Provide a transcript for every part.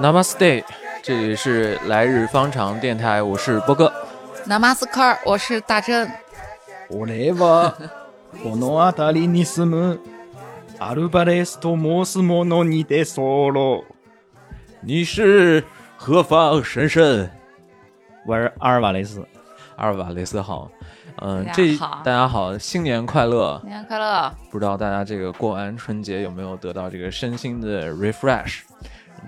Namaste，这里是来日方长电台，我是波哥。 Namaskar，我是大正。俺はこの辺りに住むアルバレスと申す者にて候。你是何方神圣？我是阿尔瓦雷斯。阿尔瓦雷斯好，嗯、大家这好大家好，新年快乐！新年快乐！不知道大家这个过完春节有没有得到这个身心的 refresh？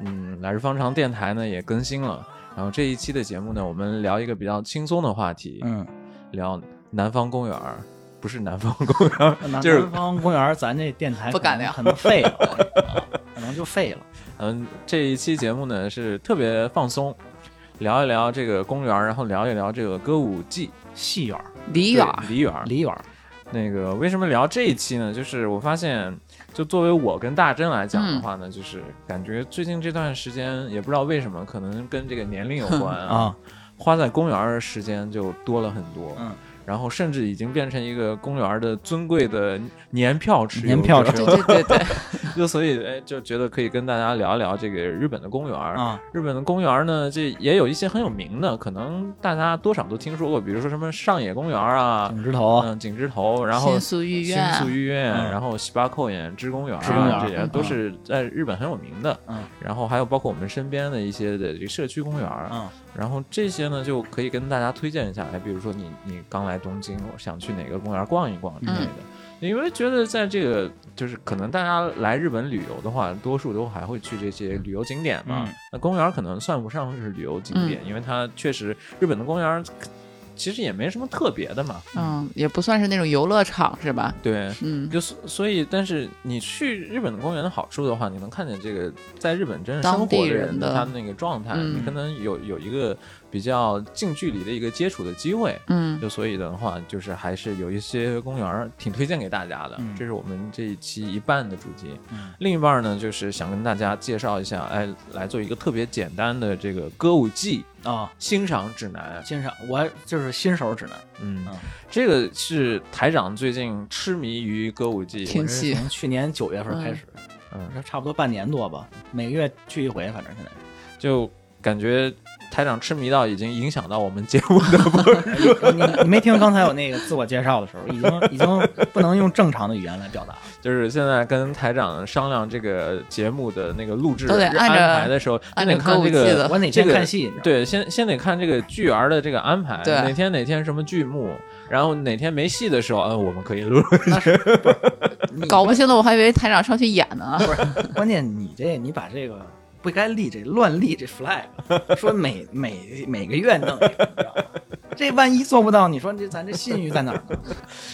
嗯，来日方长电台呢也更新了，然后这一期的节目呢，我们聊一个比较轻松的话题，嗯，聊南方公园儿，不是南方公园儿，南就是方公园，咱这电台不敢聊可能可能废了， 可能就废了。嗯，这一期节目呢是特别放松，聊一聊这个公园儿，然后聊一聊这个歌舞伎戏园儿、梨园儿，梨园儿。梨园儿，那个为什么聊这一期呢？就是我发现，就作为我跟大真来讲的话嗯呢，就是感觉最近这段时间也不知道为什么，可能跟这个年龄有关 啊，花在公园儿的时间就多了很多。嗯。然后甚至已经变成一个公园儿的尊贵的年票持有者，年票持对对对 对， 就所以哎，就觉得可以跟大家聊一聊这个日本的公园儿啊，日本的公园儿呢，这也有一些很有名的，可能大家多少都听说过，比如说什么上野公园儿啊，井之头，嗯，井之头，然后新宿御新苑宿御苑，哦嗯然后喜巴寇园、知公园知公园啊，这些嗯都是在日本很有名的。嗯，然后还有包括我们身边的一些的这个社区公园儿，啊嗯然后这些呢就可以跟大家推荐一下。哎，比如说你你刚来东京，我想去哪个公园逛一逛之类的。因为觉得在这个就是可能大家来日本旅游的话，多数都还会去这些旅游景点嘛。嗯那公园可能算不上是旅游景点，因为它确实日本的公园其实也没什么特别的嘛。嗯，也不算是那种游乐场是吧？对，嗯，就所所以，但是你去日本的公园的好处的话，你能看见这个在日本真实生当地活的人的的他那个状态，嗯你可能有有一个比较近距离的一个接触的机会。嗯，就所以的话，就是还是有一些公园儿挺推荐给大家的，嗯这是我们这一期一半的主题。嗯另一半儿呢，就是想跟大家介绍一下，哎，来做一个特别简单的这个歌舞伎啊，欣赏指南。欣赏我就是新手指南，嗯嗯，这个是台长最近痴迷于歌舞伎，挺我气是从去年九月份开始，嗯，差不多半年多吧，每个月去一回，反正现在是。就感觉台长痴迷到已经影响到我们节目的 播出你你没听刚才我那个自我介绍的时候，已经已经不能用正常的语言来表达了。就是现在跟台长商量这个节目的那个录制都得安按着排的时候，按你着得看歌舞这伎个的。我哪这天个看戏？你知道吗对，先先得看这个剧园的这个安排，对哪天哪天什么剧目，然后哪天没戏的时候，嗯，我们可以录。 搞不清的我还以为台长上去演呢。不是，关键你这你把这个不该立这乱立这 flag，说每每每个月弄一个，你知道吗？这万一做不到，你说这咱这信誉在哪儿呢？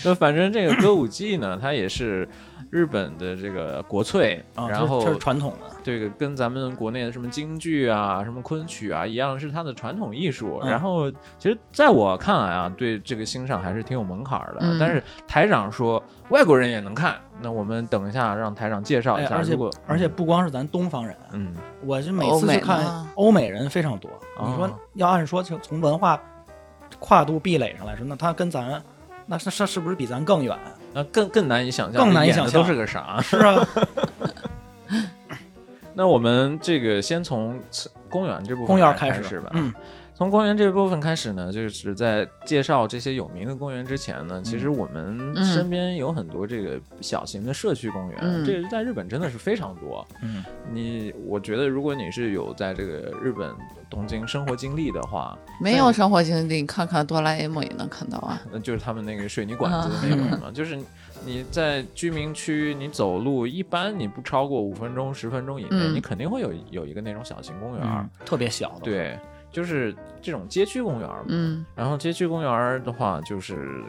那反正这个歌舞伎呢，它也是日本的这个国粹，啊然这后这是传统的，这个跟咱们国内的什么京剧啊、什么昆曲啊一样，是它的传统艺术。嗯然后，其实在我看来啊，对这个欣赏还是挺有门槛儿的。嗯但是台长说外国人也能看，那我们等一下让台长介绍哎一下。而且如果而且，不光是咱东方人，嗯，我是每次欧美去看呢欧美人非常多。哦你说要按说就从文化跨度壁垒上来说，那他跟咱那是是是不是比咱更远？ 那更更难以想象，更难以演的想象都是个啥？ 是啊，那我们这个先从公园这部分公园儿开开始吧。嗯，从公园这部分开始呢，就是在介绍这些有名的公园之前呢，其实我们嗯身边有很多这个小型的社区公园，嗯这个在日本真的是非常多。嗯，你我觉得如果你是有在这个日本东京生活经历的话，没有生活经历，你看看哆啦 A 梦也能看到啊。那就是他们那个水泥管子的那种嗯嘛，就是你在居民区，你走路一般你不超过五分钟、十分钟以内，嗯你肯定会有有一个那种小型公园儿。嗯特别小的，，对，就是这种街区公园儿嘛。嗯，然后街区公园儿的话，就是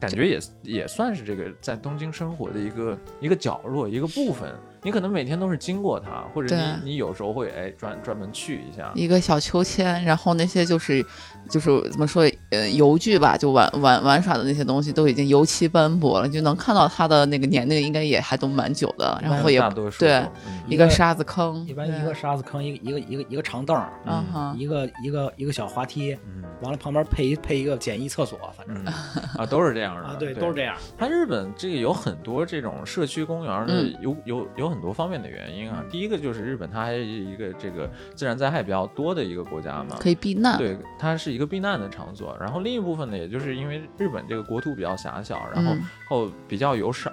感觉也也算是这个在东京生活的一个一个角落一个部分。你可能每天都是经过它，或者对你你有时候会哎专专门去一下。一个小秋千，然后那些就是就是怎么说呃油具吧，就玩玩玩耍的那些东西都已经油漆斑驳了，就能看到它的那个年龄应该也还都蛮久的，然后也大多数对嗯一个沙子坑，一般一对个沙子坑，一个一个一个一个长凳儿，嗯哼，一个一个一个小滑梯，嗯完了旁边配一配一个简易厕所，反正嗯啊都是这样的啊，对，都是这样。它日本这个有很多这种社区公园儿呢，嗯有有有很多方面的原因啊。第一个就是日本它还是一个这个自然灾害比较多的一个国家嘛，可以避难，啊对，它是一个避难的场所。然后另一部分呢，也就是因为日本这个国土比较狭小，然后嗯后比较有少，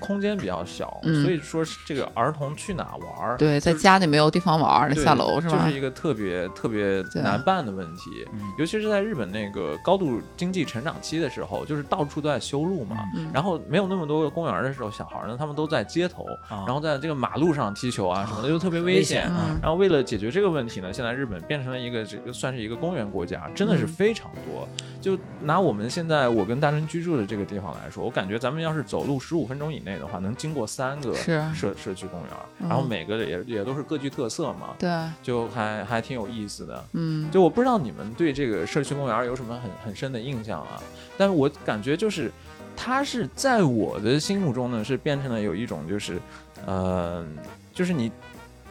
空间比较小，嗯所以说是这个儿童去哪玩儿，对，在家里没有地方玩儿，对下楼是就吧是？一个特别特别对难办的问题嗯，尤其是在日本那个高度经济成长期的时候，就是到处都在修路嘛，嗯然后没有那么多公园的时候，小孩儿呢他们都在街头，啊然后在这个马路上踢球啊什么的，就特别危危险险。嗯然后为了解决这个问题呢，现在日本变成了一个这个算是一个公园国家，真的嗯是非常多。就拿我们现在我跟大神居住的这个地方来说，我感觉咱们要是走路十五分钟以内的话，能经过三个是啊社社区公园，嗯然后每个也也都是各具特色嘛，对，就还还挺有意思的。嗯，就我不知道你们对这个社区公园有什么很很深的印象啊，但我感觉就是，它是在我的心目中呢，是变成了有一种就是，呃，就是你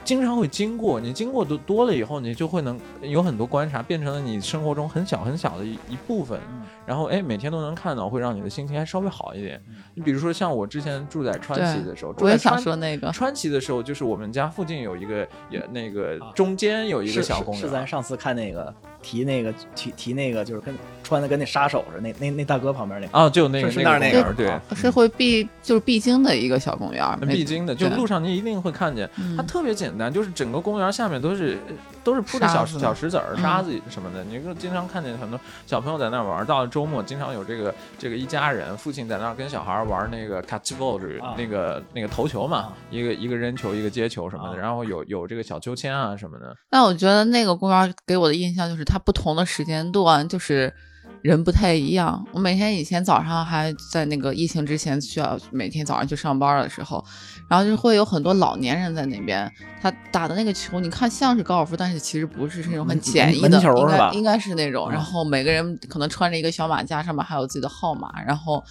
经常会经过，你经过多多了以后，你就会能有很多观察，变成了你生活中很小很小的一一部分。嗯然后哎，每天都能看到，会让你的心情还稍微好一点嗯。你比如说像我之前住在川崎的时候，住我也在想川说那个，川崎的时候，就是我们家附近有一个也那个啊中间有一个是小是公园，是咱上次看那个提那个提提那个，就是跟穿的跟那杀手似的，那那那大哥旁边那个。啊，就那个是个那公儿那园个儿，对啊，是会必就是必经的一个小公园儿，那没嗯必经的，就对路上你一定会看见。嗯它特别简单，就是整个公园下面都是都是铺的小沙子小石子儿、嗯沙子什么的，你就经常看见很多小朋友在那儿玩儿。到了周末，经常有这个这个一家人，父亲在那儿跟小孩儿玩儿那个 catch ball，就是啊那个那个投球嘛啊，一个一个扔球，一个接球什么的，啊然后有有这个小秋千啊什么的。但我觉得那个公园儿给我的印象就是，它不同的时间段就是人不太一样。我每天以前早上还在那个疫情之前需要每天早上去上班的时候，然后就会有很多老年人在那边，他打的那个球，你看像是高尔夫，但是其实不是，是那嗯种很简易门的，球应是吧该应该是那种。嗯然后每个人可能穿着一个小马甲，上面还有自己的号码，然后。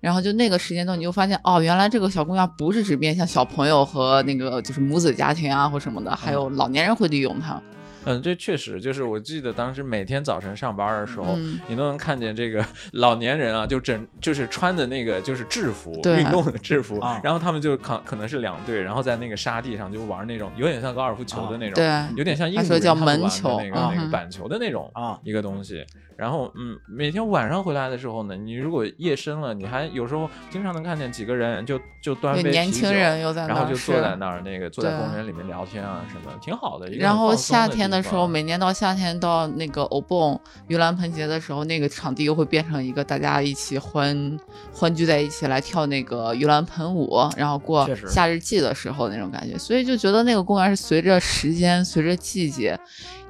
然后就那个时间段，你就发现哦，原来这个小公园不是只面向小朋友和那个就是母子家庭啊或什么的，还有老年人会利用它。嗯，这确实就是我记得当时每天早晨上班的时候，嗯你都能看见这个 老年人啊，就整就是穿的那个就是制服，对运动的制服，啊然后他们就可可能是两队，然后在那个沙地上就玩那种有点像高尔夫球的那种，对，有点像印度他说人叫他们门玩的球那个那嗯个哼板球的那种啊一个东西。然后嗯，每天晚上回来的时候呢，你如果夜深了，你还有时候经常能看见几个人就就端对杯年啤轻酒人又在那然儿，后就坐是在那儿，那个坐在对公园里面聊天啊什么的，挺好的。一个然很后放松夏天的的地时候，方每年到夏天到那个欧蹦盂兰盆节的时候，那个场地又会变成一个大家一起欢欢聚在一起来跳那个盂兰盆舞，然后过确实夏日祭的时候那种感觉。所以就觉得那个公园是随着时间、随着季节，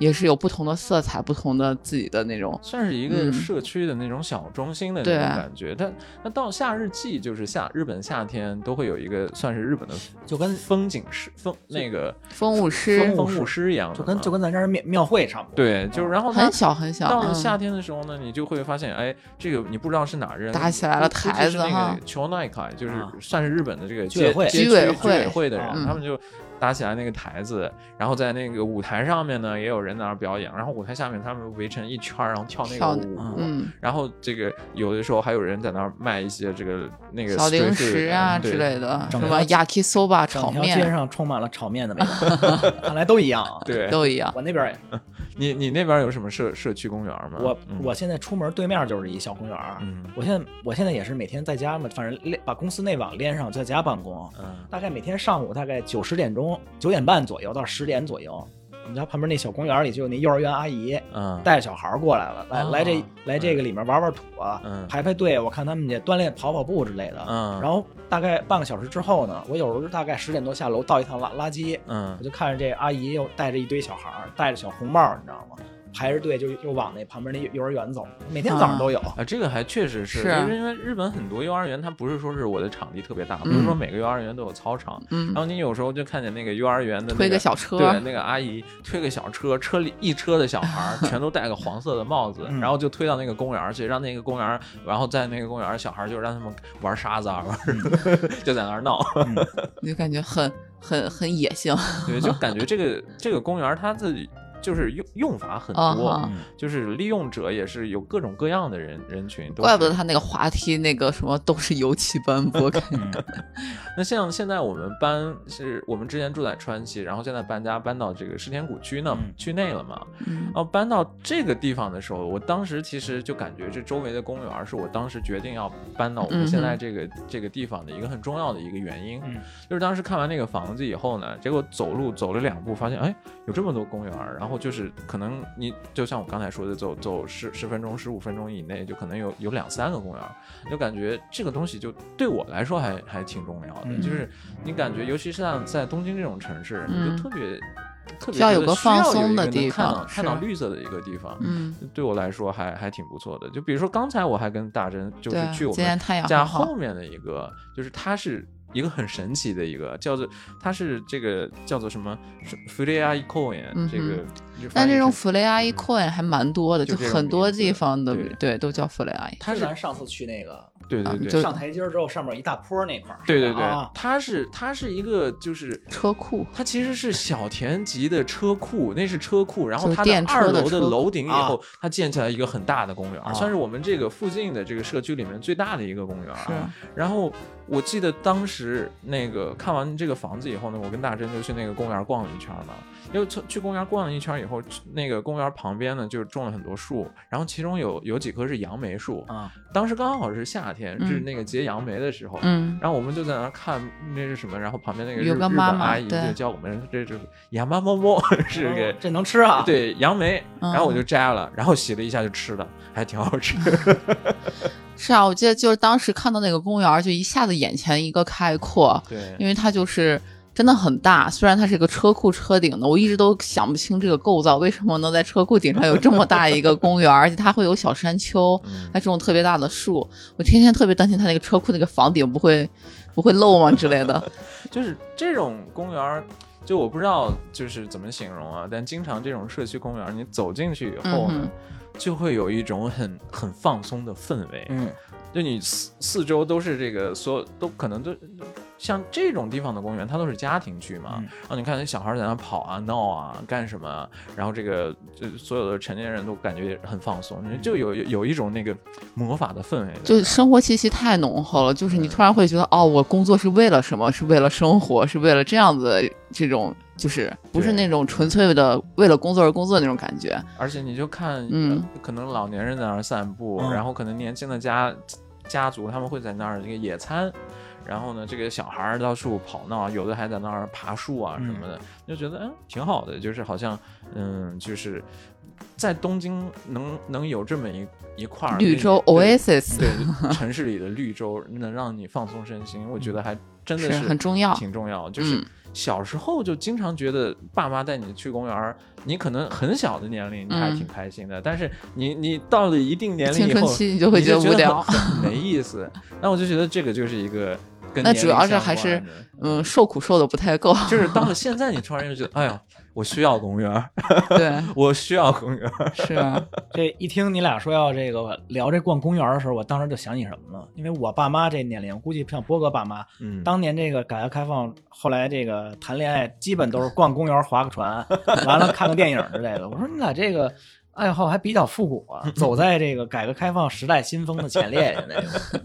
也是有不同的色彩、不同的自己的那种。算是一个嗯社区的那种小中心的那对种感觉。但那到夏日季，就是夏日本夏天都会有一个算是日本的就跟风景师风那个风舞风狮风物诗一样的啊就嘛，跟就跟咱这儿庙庙会差不多。对，就是然后它很小很小，到了嗯夏天的时候呢，你就会发现，哎，这个你不知道是哪人搭起来了估估计台是子那哈个球奈卡，就是啊算是日本的这个居委街会街居区居委委会嗯会的人啊，他们就搭起来那个台子，然后在那个舞台上面呢，也有人在那儿表演，然后舞台下面他们围成一圈儿，然后跳那跳个舞。嗯嗯，然后这个有的时候还有人在那儿卖一些这个那个小零 street 食 food，啊嗯对之类的，什整么 yakisoba 炒整条街面上充满了炒面的味道， 看来都一样啊。对，都一样。我那边也是，你你那边有什么社社区公园吗？我嗯我现在出门对面就是一小公园儿。嗯我现在我现在也是每天在家嘛，反正连把公司内网连上，在家办公。嗯大概每天上午大概九十点钟，九点半左右到十点左右，我们家旁边那小公园里就有那幼儿园阿姨嗯带着小孩儿过来了，来、啊来这来这个里面玩玩土啊，嗯排排队，我看他们去锻炼跑跑步之类的。嗯然后大概半个小时之后呢，我有时候大概十点多下楼倒一趟垃垃圾，嗯我就看着这阿姨又带着一堆小孩儿，戴着小红帽，你知道吗？排着队就又往那旁边那幼儿园走，每天早上都有。啊，这个还确实是，是啊就是因为日本很多幼儿园，它不是说是我的场地特别大，不是说每个幼儿园都有操场。嗯然，后你有时候就看见那个幼儿园的、那推个小车，对，那个阿姨推个小车，车里一车的小 孩儿全都戴个黄色的帽子，嗯然后就推到那个公园儿去，让那个公园儿，然后在那个公园儿小孩儿就让他们玩沙子啊，玩 就在那儿闹，你就感觉很很很野性。对，就感觉这个这个公园儿它自己就是用用法很啊多，哈就是利用者也是有各种各样的人人群，都 怪不是得他那个滑梯那个什么都是油漆斑 驳，感觉那像现在我们搬是我们之前住在川西，然后现在搬家搬到这个世田谷区呢、嗯区内了嘛。嗯然后搬到这个地方的时候，我当时其实就感觉这周围的公园儿是我当时决定要搬到我们嗯哼现在这个、这个地方的一个很重要的一个原因。嗯就是当时看完那个房子以后呢，结果走路走了两步，发现哎有这么多公园儿，然后就是可能你就像我刚才说的，走走十十分钟、十五分钟以内，就可能有有两三个公园儿，就感觉这个东西就对我来说还还挺重要的，嗯就是你感觉尤其是像在东京这种城市，你嗯就特别。特别需要觉有得个需要放松有一的个能地看到方看到是绿色的一个地方，嗯，对我来说还还挺不错的。就比如说刚才我还跟大真就是对，去我今天们太阳家很好后，面的一个，就是它是一个很神奇的一个叫做它是这个叫做什么弗雷亚伊公园嗯哼这个，但这反正是种弗雷阿伊 c o 还蛮多的，就就这种很多名字地方的对对都叫弗雷阿伊。它就是咱上次去那个对对啊对就上台阶儿之后，上面有一大坡那块儿，对对对啊，它是它是一个就是。车库，它其实是小田急的车库，那是车库，然后就是它电车二的楼的车库楼顶以啊后，它建起来一个很大的公园，啊算是我们这个附近的这个社区里面最大的一个公园啊。是然后我记得当时那个看完这个房子以后呢，我跟大珍就去那个公园逛了一圈嘛。因为从去公园逛了一圈以后，那个公园旁边呢就是种了很多树，然后其中有有几棵是杨梅树。啊，当时刚好是夏天，嗯是那个结杨梅的时候。嗯，然后我们就在那儿看那是什么，然后旁边那个日有个日本妈妈阿姨就对教我们这是亚麻摸摸 是个哦这能吃啊？，对杨梅，嗯然后我就摘了，然后洗了一下就吃了，还挺好吃。嗯是啊，我记得就是当时看到那个公园儿，就一下子眼前一个开阔， 对，因为它就是真的很大，虽然它是个车库车顶的，我一直都想不清这个构造为什么能在车库顶上有这么大一个公园，而且它会有小山丘，嗯还种特别大的树，我天天特别担心它那个车库那个房顶不会不会漏吗之 类的。就是这种公园儿，就我不知道就是怎么形容啊，但经常这种社区公园儿，你走进去以后呢，嗯就会有一种很很放松的氛围，嗯，就你四四周都是这个，所有都可能都。像这种地方的公园，它都是家庭区嘛，嗯然后你看那小孩儿在那跑啊、闹啊、干什么啊，然后这个这所有的成年人都感觉很放松，嗯就有有有一种那个魔法的氛围在。就生活气息太浓厚了，就是你突然会觉得，哦，我工作是为了什么？是为了生活？是为了这样子这种，就是不是对那种纯粹的为了工作而工作的那种感觉。而且你就看，嗯呃可能老年人在那儿散步，嗯然后可能年轻的家家族他们会在那儿这个野餐，然后呢，这个小孩儿到处跑闹，有的还在那儿爬树啊嗯什么的，就觉得嗯挺好的，就是好像嗯就是在东京能能有这么一一块儿绿那洲对 Oasis 对城市里的绿洲能让你放松身心，我觉得还真的是很重要。挺重要，就是嗯小时候就经常觉得爸妈带你去公园儿，你可能很小的年龄你还嗯挺开心的，但是你你到了一定年龄青以后，春期你就会你就觉得无很聊。很没意思。那我就觉得这个就是一个跟那年主龄要是相还关是的嗯，受苦受的不 太够。就是到了现在，你突然又觉得，哎呀，我需要公园儿，对，我需要公园儿。是啊，这一听你俩说要这个聊这逛公园的时候，我当时就想起什么了，因为我爸妈这年龄，估计像波哥爸妈，嗯，当年这个改革开放，后来这个谈恋爱，基本都是逛公园、划个船，完了看个电影之类的。我说你俩这个爱好还比较复古 啊，走在这个改革开放时代新风的前列，现在就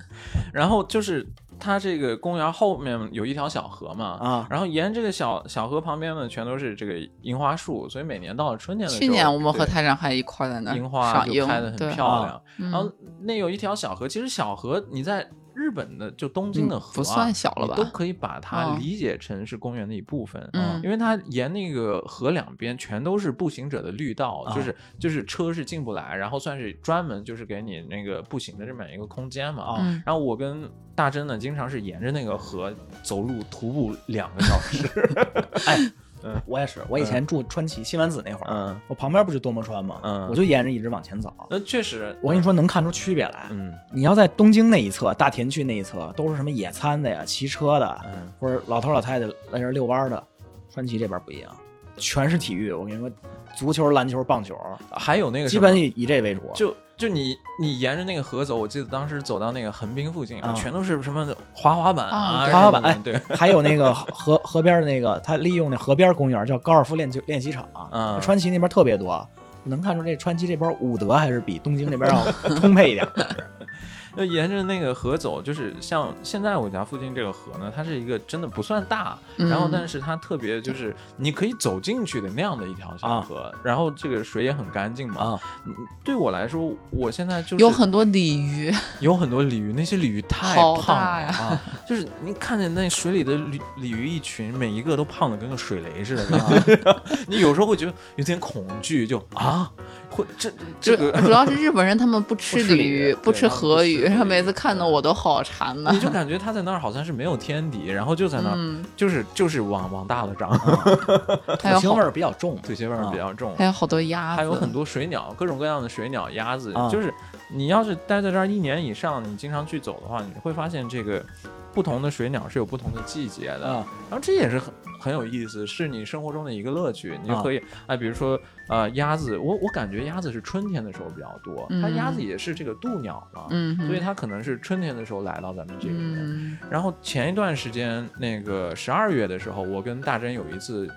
然后就是它这个公园后面有一条小河嘛，啊然后沿这个小小河旁边呢，全都是这个樱花树，所以每年到了春天的时候，去年我们和对台长还一块儿在那儿樱花赏就樱，开的很对，漂啊亮。嗯然后那有一条小河，其实小河你在日本的就东京的河、啊嗯不算小了吧你都可以把它嗯理解成是公园的一部分。啊嗯因为它沿那个河两边全都是步行者的绿道，啊就是就是车是进不来，然后算是专门就是给你那个步行的这么一个空间嘛啊。嗯然后我跟大真呢，经常是沿着那个河走路徒步两个小时。 哎，嗯我也是，我以前住川崎新丸子那会儿，嗯，我旁边不就多摩川吗？嗯我就沿着一直往前走。那确实，我跟你说，能看出区别来。嗯，你要在东京那一侧，大田区那一侧，都是什么野餐的呀、骑车的，嗯或者老头老太太在这儿遛弯儿的。川崎这边不一样，全是体育。我跟你说，足球、篮球、棒球，还有那个什基么本以以这为主。就就你你沿着那个河走，我记得当时走到那个横滨附近，啊全都是什么滑滑板啊，啊滑滑板什么的对，还有那个河河边的那个，他利用那河边公园叫高尔夫练球练习场，嗯川崎那边特别多，能看出这川崎这边武德还是比东京那边要充沛一点。就沿着那个河走，就是像现在我家附近这个河呢，它是一个真的不算大，嗯然后但是它特别就是你可以走进去的那样的一条小啊河，然后这个水也很干净嘛。啊嗯对我来说，我现在就是有很多鲤鱼，有很多鲤鱼，那些鲤鱼太好胖大了呀 啊！就是你看见那水里的鲤鲤鱼一群，每一个都胖的跟个水雷似的， 你有时候会觉得有点恐惧，就啊，会这这个主主要是日本人他们不吃不吃鲤鲤鱼鱼，不对吃他们不河吃鱼，河他鱼每次看的我都好馋 呐你。就感觉他在那儿好像是没有天敌，然后就在那儿、嗯，就是就是往往大了长， 还有土腥好味儿比较重，对腥味儿比较重。啊还有好多鸭子，还有很多水鸟，各种各样的水鸟、鸭子，啊就是你要是待在这儿一年以上，你经常去走的话，你会发现这个不同的水鸟是有不同的季节的。啊然后这也是很很有意思，是你生活中的一个乐趣。你就啊可以，哎，比如说，呃，鸭子，我我感觉鸭子是春天的时候比较多，它鸭子嗯也是这个渡鸟嘛，嗯哼，所以它可能是春天的时候来到咱们这个边。嗯然后前一段时间，那个十二月的时候，我跟大真有一次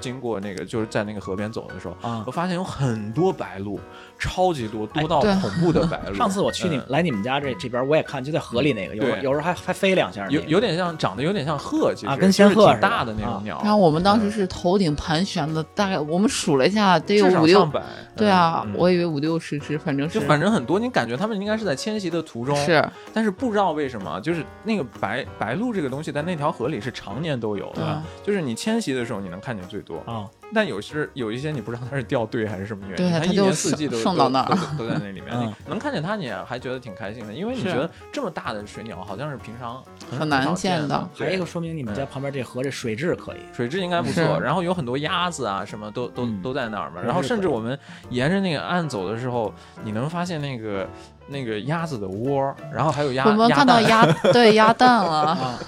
经过那个，就是在那个河边走的时候，啊我。发现有很多白鹭，超级多，多到对恐怖的白鹭。哎 上次我去你嗯来你们家这这边，我也看，就在河里那个，有对有时候还还飞两下那个，有有点像长得有点像鹤，其实啊跟仙鹤就是似挺的大的那啊种鸟，然后我们当时是头顶盘旋的，大概我们数了一下，得有至五少六上，百。对啊嗯，我以为五六十只，反正是就反正很多，你感觉它们应该是在迁徙的途中，是但是不知道为什么，就是那个白白鹭这个东西在那条河里是常年都有的，嗯就是你迁徙的时候你能看见最多，啊，但有时有一些你不知道它是掉队还是什么原因，对啊它它一就年四剩季都剩到那儿都都都在那里面，嗯你能看见它，你还觉得挺开心的，因为你是啊觉得这么大的水鸟好像是平常很很难少见见到对还有一个说明你们家旁边这河这水质可以水质应该不是错，然后有很多鸭子啊什么都都嗯都在那儿嘛，对然后是甚至的我们沿着那个岸走的时候，你能发现那个那个鸭子的窝，然后还有鸭我们鸭看到蛋， 鸭对鸭蛋了，啊，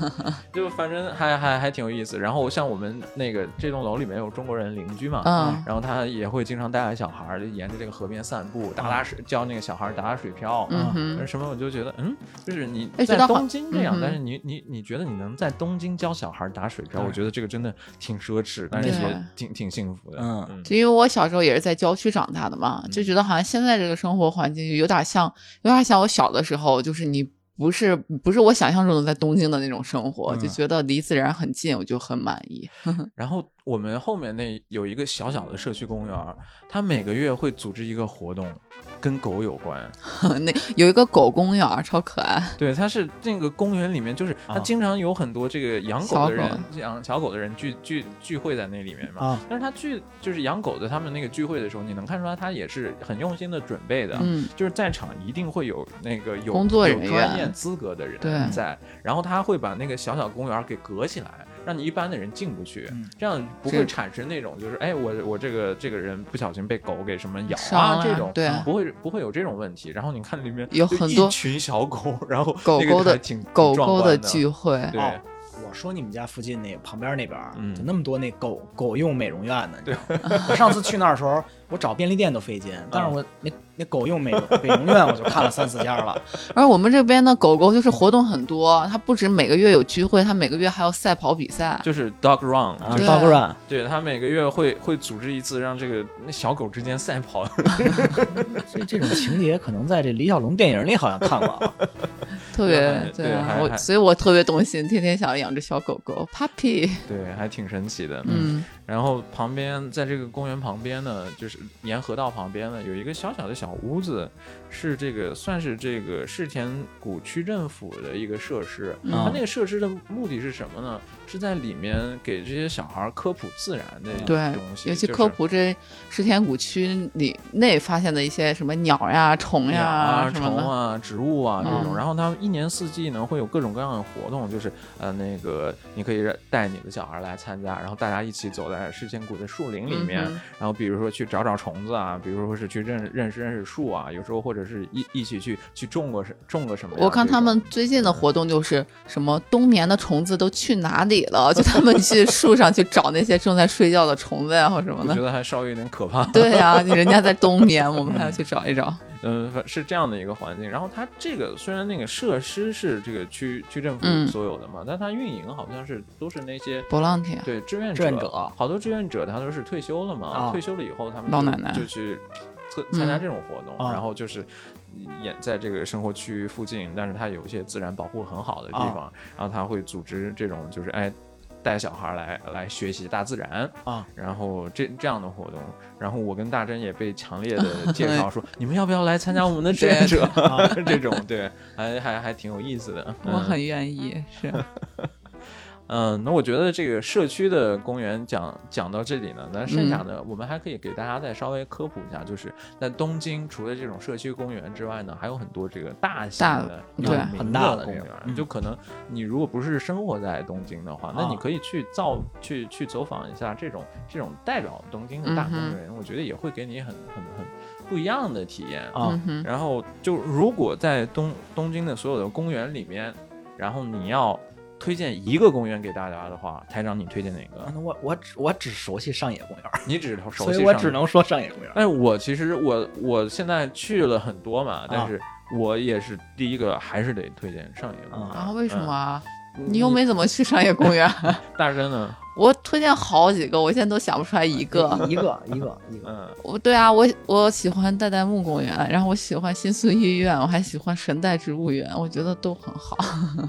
就反正还还还挺有意思。然后像我们那个这栋楼里面有中国人邻居嘛，嗯，然后他也会经常带着小孩儿就沿着这个河边散步，打打水，教那个小孩儿打打水漂，嗯而哼，什么我就觉得，嗯，就是你哎在觉得好东京这样，嗯嗯但是你你你觉得你能在东京教小孩打水漂，我觉得这个真的挺奢侈，但是也对挺挺幸福的。嗯嗯就因为我小时候也是在郊区长大的嘛，就觉得好像现在这个生活环境就有点像，有点像我小的时候，就是你。不是不是我想象中的在东京的那种生活，就嗯觉得离自然很近，我就很满意。 然后我们后面那有一个小小的社区公园儿，它每个月会组织一个活动，跟狗有 关。那有一个狗公园儿，超可爱。对，它是那个公园里面，就是它啊经常有很多这个养小狗狗的人，养小狗的人聚聚聚会在那里面嘛。啊但是他聚就是养狗的他们那个聚会的时候，你能看出来他也是很用心的准备的。嗯，就是在场一定会有那个有工作人有员专业资格的人对在，然后他会把那个小小公园给隔起来，让你一般的人进不去，嗯这样不是会产生那种就是哎我我这个这个人不小心被狗给什么咬伤啊了这种，对不会不会有这种问题。然后你看里面有就很一多群小狗， 然后狗那个狗的还挺挺狗壮狗观的聚会，对、哦我说你们家附近那个旁边那边儿，嗯就那么多那狗狗用美容院呢。你知道吗我上次去那儿的时候，我找便利店都费劲，但是我嗯那那狗用美容美容院我就看了三四家了。而我们这边的狗狗就是活动很多，它不止每个月有聚会，它每个月还有赛跑比赛。就是 dog run，、啊，就是对大个儿，对他每个月会会组织一次让这个那小狗之间赛跑， 所以这种情节可能在这李小龙电影里好像看过啊。 特对别对啊还还我所以我特别动心，天天想养只小狗狗 puppy。对，还挺神奇的。嗯，然后旁边在这个公园旁边呢，就是沿河道旁边呢，有一个小小的小屋子，是这个算是这个世田谷区政府的一个设施。嗯它那个设施的目的是什么呢？是在里面给这些小孩儿科普自然的对东，西，尤就其是科普这石田谷区里内发现的一些什么鸟呀、虫鸟呀、啊、什么虫的，啊、植物啊这种。嗯然后他们一一年四季呢会有各种各样的活动，就是呃那个你可以让带你的小孩来参加，然后大家一起走在世千古的树林里面，嗯然后比如说去找找虫子啊，比如说是去认识认识认识树啊，有时候或者是一一起去去种个什种个什么呀。我看这种嗯他们最近的活动就是什么冬眠的虫子都去哪里了？就他 们去树上去找那些正在睡觉的虫子呀，或什么我觉的。得还稍微有点可怕。 对呀、人家在冬眠，我们还要去找一找。嗯，反是这样的一个环境。然后它这个虽然那个设施是这个区区政府嗯所有的嘛，但它运营好像是都是那些 volunteer，对志愿志愿者好多志愿者他都是退休了嘛，啊退休了以后他们哦老就奶奶就去参参加嗯这种活动，啊然后就是也在这个生活区域附近，但是它有一些自然保护很好的地哦啊方，然后他会组织这种就是哎。带小孩来来学习大自然哦啊，然后这这样的活动，然后我跟大真也被强烈 的介绍说，你们要不要来参加我们的志愿者？啊哦 这种对，还还还挺有意思的。我嗯很愿意，是嗯，那我觉得这个社区的公园讲讲到这里呢，那剩下的我们还可以给大家再稍微科普一下，就是在东京除了这种社区公园之外呢，还有很多这个大型大的、对有名很的大的公这园种。嗯就可能你如果不是生活在东京的话，那你可以去造去去走访一下这种这种代表东京的大公园，我觉得也会给你很很很不一样的体验啊嗯哼，然后就如果在东东京的所有的公园里面，然后你要推荐一个公园给大家的话，台长你推荐哪个？那我我只我只熟悉上野公园，你只熟悉所上以我只。能说上野公园。但是我其实我我现在去了很多啊嘛，但是我也是第一个还是得推荐上野公园。啊，为什么啊？嗯？你又没怎么去商业公园， 大真呢？我推荐好几个，我现在都想不出来一个。一个一个一个，嗯，我对啊，我我喜欢代代木公园，然后我喜欢新宿御苑，我还喜欢神代植物园，我觉得都很好。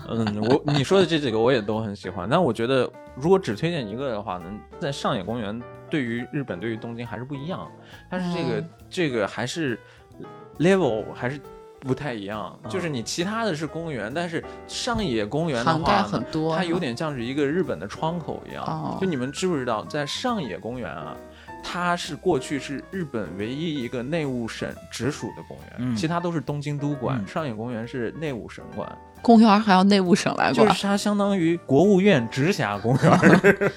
嗯，我你说的这几个我也都很喜欢，但我觉得如果只推荐一个的话呢，在上野公园对于日本对于东京还是不一样，但是这个、嗯这个还是 level 还是不太一样，嗯就是你其他的是公园，但是上野公园的涵盖话很呢，多，啊它有点像是一个日本的窗口一样。哦就你们知不知道，在上野公园啊，它是过去是日本唯一一个内务省直属的公园，嗯其他都是东京都管，嗯上野公园是内务省管。公园还要内务省来就管，是它相当于国务院直辖公园儿。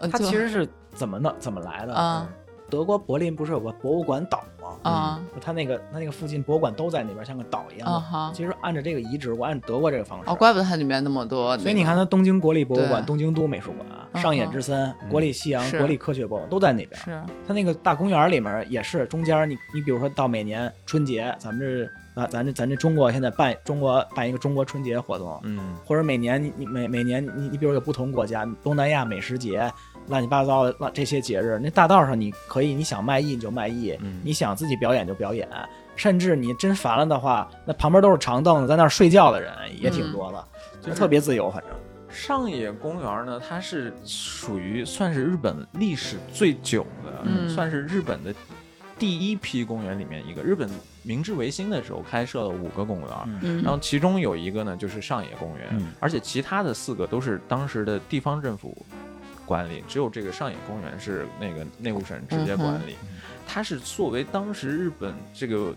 呃它就其实是怎么弄怎么来的？嗯啊德国柏林不是有个博物馆岛嗯吗？啊它那个它那个附近博物馆都在那边，像个岛一样啊的。哈，其实按照这个遗址，我按德国这个方式。哦，怪不得它里面那么多。所以你看，，它东京国立博物馆、对东京都美术馆、上野之森、嗯国立西洋、是国立科学博物馆都在那边。是它啊那个大公园里面也是，中间你你比如说到每年春节，咱们这啊咱这咱这中国现在办中国办一个中国春节活 动，嗯，或者每年你你每每年你你比如有不同国家，东南亚美食节，乱七八糟的乱这些节日，那大道上你可以你想卖艺你就卖艺，嗯你想自己表演就表演，甚至你真烦了的话，那旁边都是长凳子，在那儿睡觉的人也挺多的，就特别自由，反正上野公园呢，它是属于算是日本历史最久的，嗯算是日本的第一批公园里面一个。日本明治维新的时候开设了五个公园，嗯嗯然后其中有一个呢就是上野公园，嗯而且其他的四个都是当时的地方政府管理，只有这个上野公园是那个内务省直嗯接管理。它是作为当时日本这个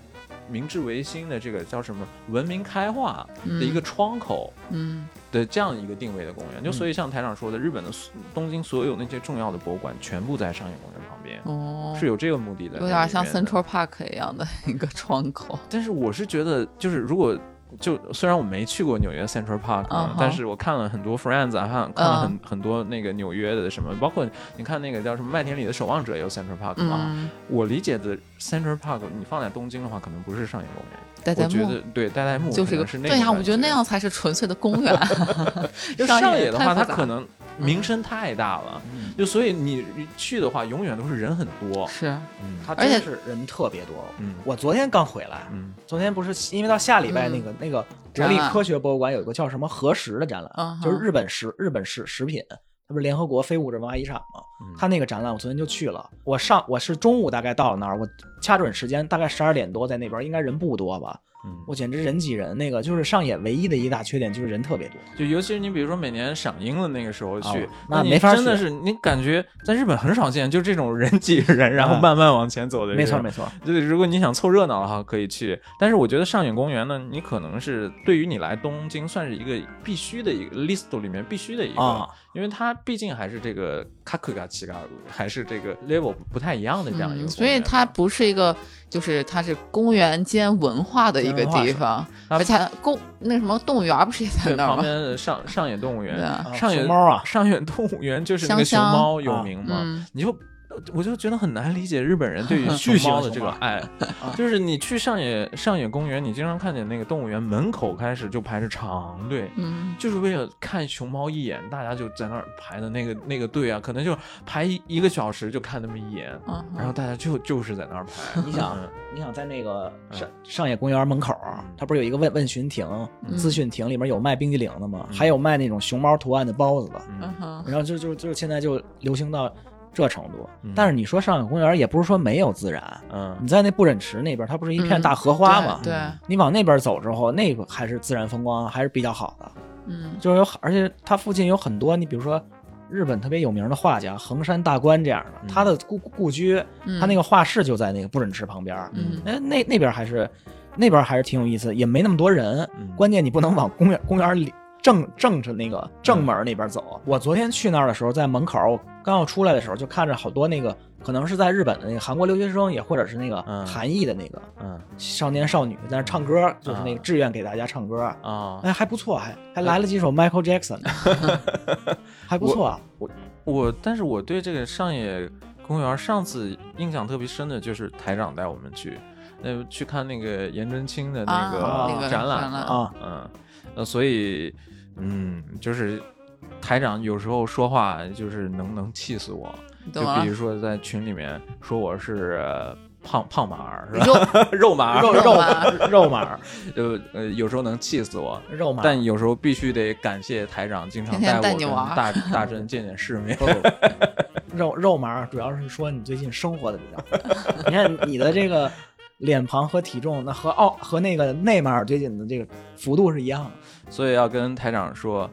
明治维新的这个叫什么文明开化的一个窗口嗯的这样一个定位的公园。就所以像台长说的，日本的所东京所有那些重要的博物馆全部在上野公园旁边。哦，是有这个目的的，有点像 Central Park 一样的一个窗口。但是我是觉得，就是如果就虽然我没去过纽约 Central Park，、嗯哼嗯但是我看了很多 Friends 啊，看看了很、很多那个纽约的什么，包括你看那个叫什么《麦田里的守望者》也有 Central Park 嘛。嗯，我理解的 Central Park，你放在东京的话，可能不是上野公园，代代我觉木得对代代木哦就是一可个能是那对呀，种我觉得那感样才是纯粹的 公园。就上野野的太话，它复杂嗯可能名声太大了，就所以你去的话，永远都是人很多。是啊嗯，它而且真是人特别多。嗯我昨天刚回来，嗯昨天不是因为到下礼拜嗯那个、那个国展立览科学博物馆有一个叫什么核食的展览，嗯哼就是日本食日本食食品，它不是联合国非物质文化遗产吗？嗯它那个展览我昨天就去了，我上我是中午大概到了那儿，我掐准时间大概十二点多在那边，应该人不多吧？嗯，我简直人挤人。那个就是上野唯一的一大缺点就是人特别多，就尤其是你比如说每年赏樱的那个时候去哦，那你没法真的去是你感觉在日本很少见，就这种人挤人，然后啊慢慢往前走的这种。没错没错，对，如果你想凑热闹的话，可以去。但是我觉得上野公园呢，你可能是对于你来东京算是一个必须的一个 list 里面必须的一个，啊因为它毕竟还是这个卡库嘎奇嘎，还是这个 level 不太一样的这样一个公园、嗯，所以它不是一个，就是它是公园兼文化的一个文化地是方，它而且它公那什么动物园儿不是也在对那儿旁吗？边的上上野动物园，对啊啊上野熊猫啊上野动物园就是那个熊香香猫有名嘛，嗯，你就。呃我就觉得很难理解日本人 对于熊巨喜欢猫的这熊个猫爱，就是你去上野上野公园，你经常看见那个动物园门口开始就排着长队，嗯，就是为了看熊猫一眼，大家就在那儿排的那个那个队啊，可能就排一一个小时就看那么一眼，嗯然后大家就就是在那儿排。你想嗯，你想在那个嗯上上野公园门口儿，它不是有一个问问询亭、嗯资讯亭，里面有卖冰激凌的吗？嗯还有卖那种熊猫图案的包子的。嗯嗯哼，然后就就就现在就流行到这程度嗯。但是你说上野公园也不是说没有自然，嗯你在那不忍池那边，它不是一片嗯大荷花吗？对，对你往那边走之后，那个还是自然风光啊还是比较好的，嗯就是有，而且它附近有很多，你比如说日本特别有名的画家横山大观这样嗯的，他的故故居，嗯他那个画室就在那个不忍池旁边儿，嗯那那那边还是那边还是挺有意思，也没那么多人嗯。关键你不能往公园公园里正正着那个正门那边走。我昨天去那儿的时候，在门口我刚要出来的时候，就看着好多那个可能是在日本的那个韩国留学生，也或者是那个嗯韩裔的那个嗯少年少女在那唱歌，就是那啊个志愿给大家唱歌。啊，哎，还不错，还还来了几首 Michael Jackson，还不错。啊我但是我对这个上野公园上次印象特别深的就是台长带我们去，呃，去看那个颜真卿的那啊那个个展览展览嘛嗯，呃，所以嗯，就是台长有时候说话就是能能气死我。你就嗯懂了比如。说在群里面说我是呃胖胖马儿是 肉吧？肉马儿，肉肉肉啊麻肉马就呃有时候能气死我，肉马，但有时候必须得感谢台长，经常天天我带跟你玩儿大大真见见世面。肉肉麻主要是说你最近生活的比较好，你看你的这个脸庞和体重，那和奥和那个内马尔最近的这个幅度是一样的。所以要跟台长说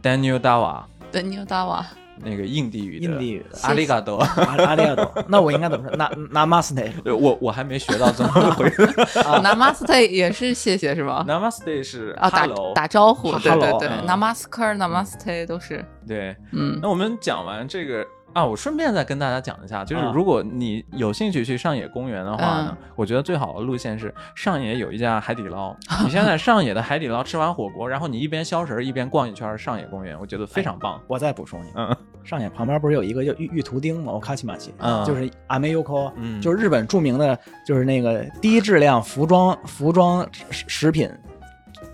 ，Daniel Dawa 对，你有大啊娃，那个印地语的印地语的阿里嘎多，阿阿利亚多，那我应该怎么说？拿拿 master 对我我还没学到怎么回 事。啊 Namaste 也是谢谢是吧？ Namaste 是哦啊，打 hello，打招呼，哈对对 hello，对嗯，Namaskar、Namaste 都是，对。嗯那我们讲完这个啊，我顺便再跟大家讲一下，就是啊嗯如果你有兴趣去上野公园的话呢，我觉得最好的路线是上野有一家海底 捞，你先在上野的海底捞吃完火锅，然后你一边消食儿一边逛一圈上野公园，我觉得非常棒。我再补充一个，嗯上野旁边不是有一个叫玉玉图町吗？我卡奇马奇嗯，就是阿美优科嗯，就是日本著名的，就是那个低质量服装服装食食品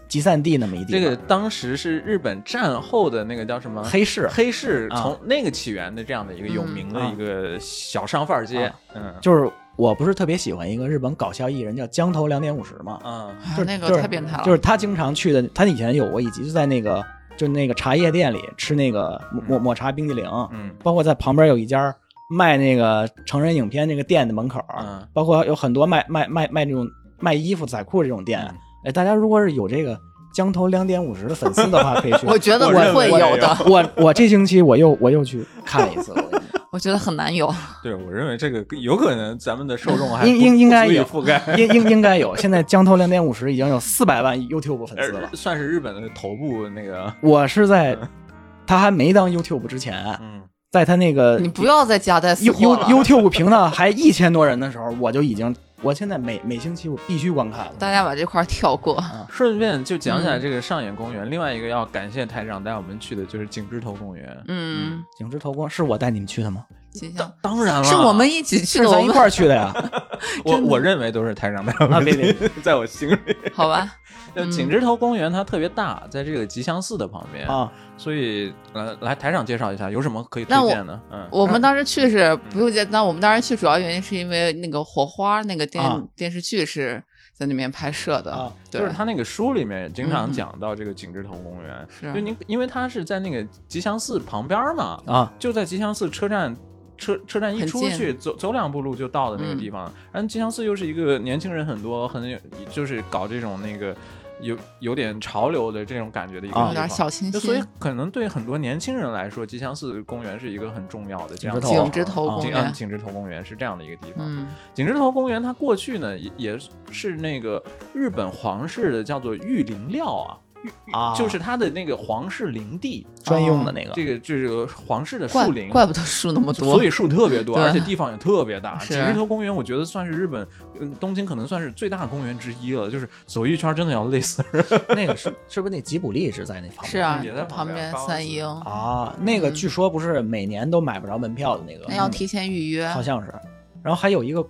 集散地那么一地这方。个当时是日本战后的那个叫什么黑市黑市啊从那个起源的这样的一个有名的嗯啊一个小商贩街啊，嗯就是我不是特别喜欢一个日本搞笑艺人叫江头两点五十吗？嗯哎呀就是那个就是太变态啊了，就是他经常去的，他以前有过一集，就在那个就那个茶叶店里吃那个抹抹抹茶冰激凌，嗯包括在旁边有一家卖那个成人影片那个店的门口，嗯包括有很多卖卖卖卖这种卖衣服仔裤这种店嗯。哎，大家如果是有这个江头两点五十的粉丝的话，可以 去。我觉得我认我为会有有的，我我这星期我又我又去看了一次，我跟你说我觉得很难有，对我认为这个有可能咱们的受众还应不应应该不足以有覆 盖。应应应该有。现在江头两点五十已经有四百万 YouTube 粉丝了呃，。算是日本的头部那个，我是在他还没当 YouTube 之前，嗯，在他那个你不要再夹带私 You 货 You 了。 YouTube 频道还一千多人的时候，我就已经，我现在每每星期我必须观看了。大家把这块儿跳过。顺便就讲起来这个上野公园，另外一个要感谢台长带我们去的就是景之头公园。嗯，景之头光是我带你们去的吗？吉祥当然了，是我们一起去是的，我咱一们块儿去的呀。我我认为都是台长带我们啊别别去， 在我心里。好吧？ 就景之头公园它特别大，在这个吉祥寺的旁边，啊，所以呃，来台长介绍一下有什么可以推荐的？嗯我们当时去是不用介，那我们当时去主要原因是因为那个火花那个电啊电视剧是在那边拍摄的啊，就是对，嗯他那个书里面经常讲到这个景之头公园，是啊就您因为它是在那个吉祥寺旁边嘛，啊，就在吉祥寺车站车车站一很出近嗯去，走走两步路就到的那个地方。然后吉祥寺又是一个年轻人很多，很有就是搞这种那个有有点潮流的这种感觉的一个地啊方。有点小清就所以新，可能对很多年轻人来说，吉祥寺公园是一个很重要的这样井的地方井之之头头啊公井园嗯井之头公园是这样的一个地方。嗯，井之头公园它过去呢也也是那个日本皇室的叫做御林料啊，啊，就是它的那个皇室林地，专用的那个，这个这个皇室的怪树林。啊怪不得树那么多，所以树特别多，对而且地方也特别大。是井之头公园，我觉得算是日本，嗯，东京可能算是最大的公园之一了。就是走一圈真的要累死人。那个是是不是那吉卜力是在那旁边？是啊也在，旁旁边边包子三英，啊，那个嗯据说不是每年都买不着门票的那个，嗯那要提前预约，好像是。然后还有一个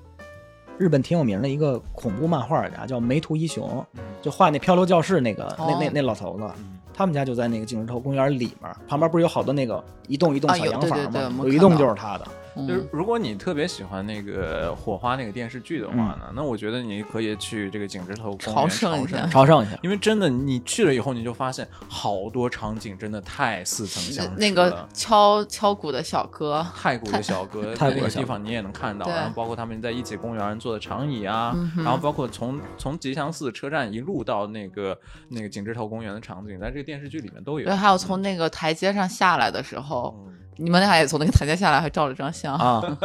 日本挺有名的一个恐怖漫画家叫梅图一雄，就画那漂流教室那个、哦那那那老头子，嗯他们家就在那个景石头公园里面，旁边不是有好多那个一栋一栋啊小有洋对房对吗？对我们有一看栋到就是 他的。就是嗯， 如果你特别喜欢那个火花那个电视剧的话呢，那我觉得你可以去这个井之头公园嗯朝圣一下朝圣一下，因为真的你去了以后，你就发现好多场景真的太似曾相识了。那个敲敲鼓的小哥，泰国的小 哥，泰在国那个小哥地方你也能看到，对然后包括他们在一起公园坐的长椅啊，嗯哼然后包括从从吉祥寺车站一路到那个那个景之头公园的场景，在这个电视剧里面都有啊对，。还有从那个台阶上下来的时候，嗯你们俩也从那个台阶下来，还照了张相，啊，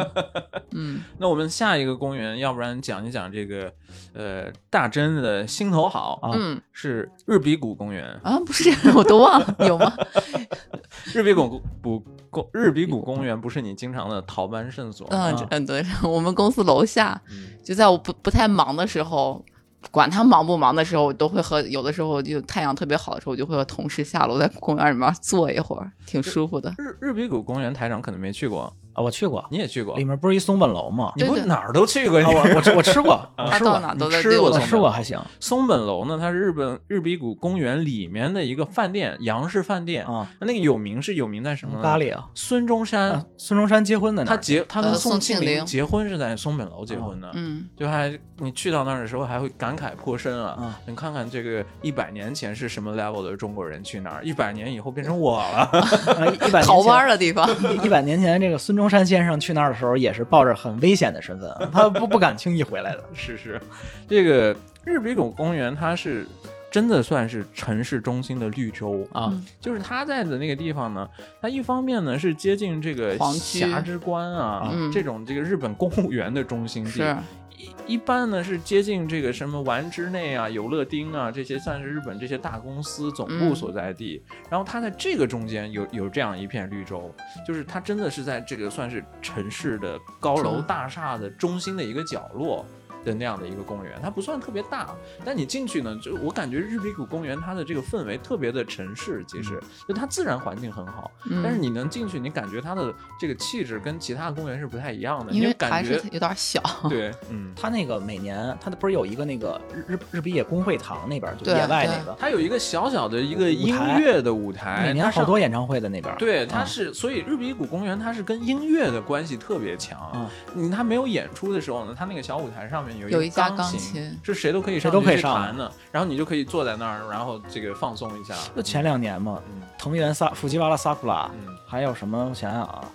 嗯， 那我们下一个公园，要不然讲一讲这个，呃，大真的心头好，啊嗯是日比谷公园。啊，不是， 我都忘了有 吗？日比谷谷公日比谷公园不是你经常的逃班圣所吗，嗯嗯，对， 我们公司楼下，啊嗯就在我不不太忙的时候，管他忙不忙的时候，我都会和有的时候就太阳特别好的时候，我就会和同事下楼在公园里面坐一会儿，挺舒服的。日日比谷公园台长可能没去过，啊我去过，你也去过哦里，面不是一松本楼吗？哎你不对对哪儿都去过，啊，你我我吃我吃过，我他吃到过，哪都在你吃过溜我达松吃过还行松本楼呢，它是日本日比谷公园里面的一个饭店，洋式饭店。啊，那个有名是有名在什么呢？咖喱啊，孙中山，啊孙中山结婚的那他儿结他跟呃宋宋庆庆龄龄结婚是在松本楼结婚的。嗯，就还你去到那儿的时候，还会感慨颇深啊啊！你看看这个一百年前是什么 level 的中国人去那儿，一百年以后变成我了。啊一 一百年逃前弯儿的地 方，一百年前，这个孙中山先生去那儿的时候，也是抱着很危险的身份啊，他不不敢轻易回来 的。 是是，这个日比谷公园它是真的算是城市中心的绿洲啊嗯就是它在的那个地方呢，它一方面呢是接近这个皇居霞之关啊，嗯这种这个日本公务员的中心是地，一一般呢是接近这个什么丸之内啊、有乐町啊这些算是日本这些大公司总部嗯所在地。然后它在这个中间有有这样一片绿洲，就是它真的是在这个算是城市的高楼嗯大厦的中心的一个角落。的那样的一个公园，它不算特别大，但你进去呢，就我感觉日比谷公园它的这个氛围特别的城市，其实就它自然环境很好，嗯但是你能进去，你感觉它的这个气质跟其他公园是不太一样的，因你为就还感是觉有点小，对，嗯，他那个每年，他不是有一个那个日日日比野工会堂那边，就对野外那个，它有一个小小的一个舞音台乐的舞台，每它年好哎上多演唱会的那边。对，它啊是、所以日比谷公园它是跟音乐的关系特别强。啊你它没有演出的时候呢，它那个小舞台上面有有一一个架钢钢琴，琴是谁都可以谁上都去可以去上弹的，然后你就可以坐在那儿，然后这个放松一下。就前两年嘛，嗯藤原萨富吉瓦拉萨库拉，嗯还有什么？我想想啊，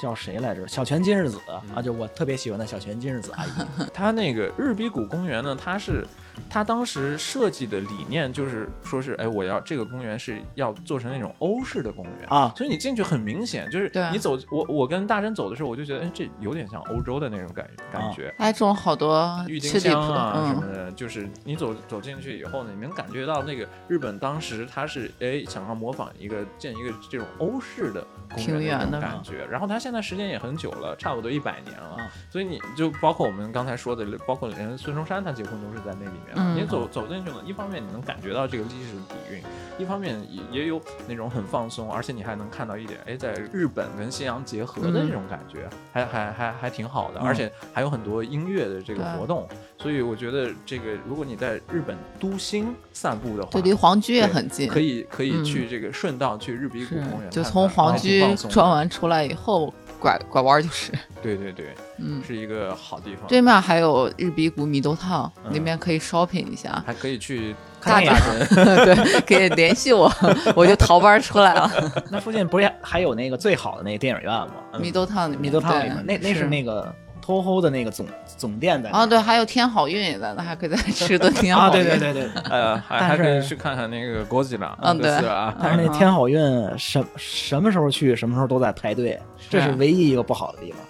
叫谁来着？小泉今日子嗯啊，就我特别喜欢的小泉今日子阿姨。它那个日比谷公园呢，它是它当时设计的理念就是说是，哎，我要这个公园是要做成那种欧式的公园啊所以你进去很明显就是对你走，我我跟大真走的时候，我就觉得，哎，这有点像欧洲的那种感感觉。还哎种好多郁金吃里香铺，啊什嗯么，的，就是你走走进去以后呢，你能感觉到那个日本当时他是哎想要模仿一个建一个这种欧式的公平园原的那种的感觉，然后它现在时间也很久了，差不多一百年嗯了，啊所以你就包括我们刚才说的，包括连孙中山他结婚都是在那里面，嗯你走走进去呢，一方面你能感觉到这个历史底蕴，一方面也也有那种很放松，而且你还能看到一点哎在日本跟西洋结合的嗯那种感觉，还还还还挺好的，嗯而且还有很多音乐的这个对活动。所以我觉得这个，如果你在日本都心散步的话，对，离皇居也对很近，可以可以嗯去这个顺道去日比谷是公园看看，就从皇还挺居放松的转完出来以后，拐拐弯儿 就是，对对对，嗯，是一个好地方。对面还有日比谷米豆烫，嗯。那边可以 shopping 一下 还可以去看电影对，可以联系我， 我就逃班出来 了。那附近不是还有那个最好的那个电影院吗？米豆烫里面，米德烫里对面，那那是那个 Toho 的那个总总店在那啊，对，还有天好运也在那，还可以 再吃顿天好啊，运。对对对对。呃，还但还可以是去看看那个国际了，嗯对是啊， 但是那天好运什什么时候去，什么时候都在排队，这是是啊唯一一个不好的地方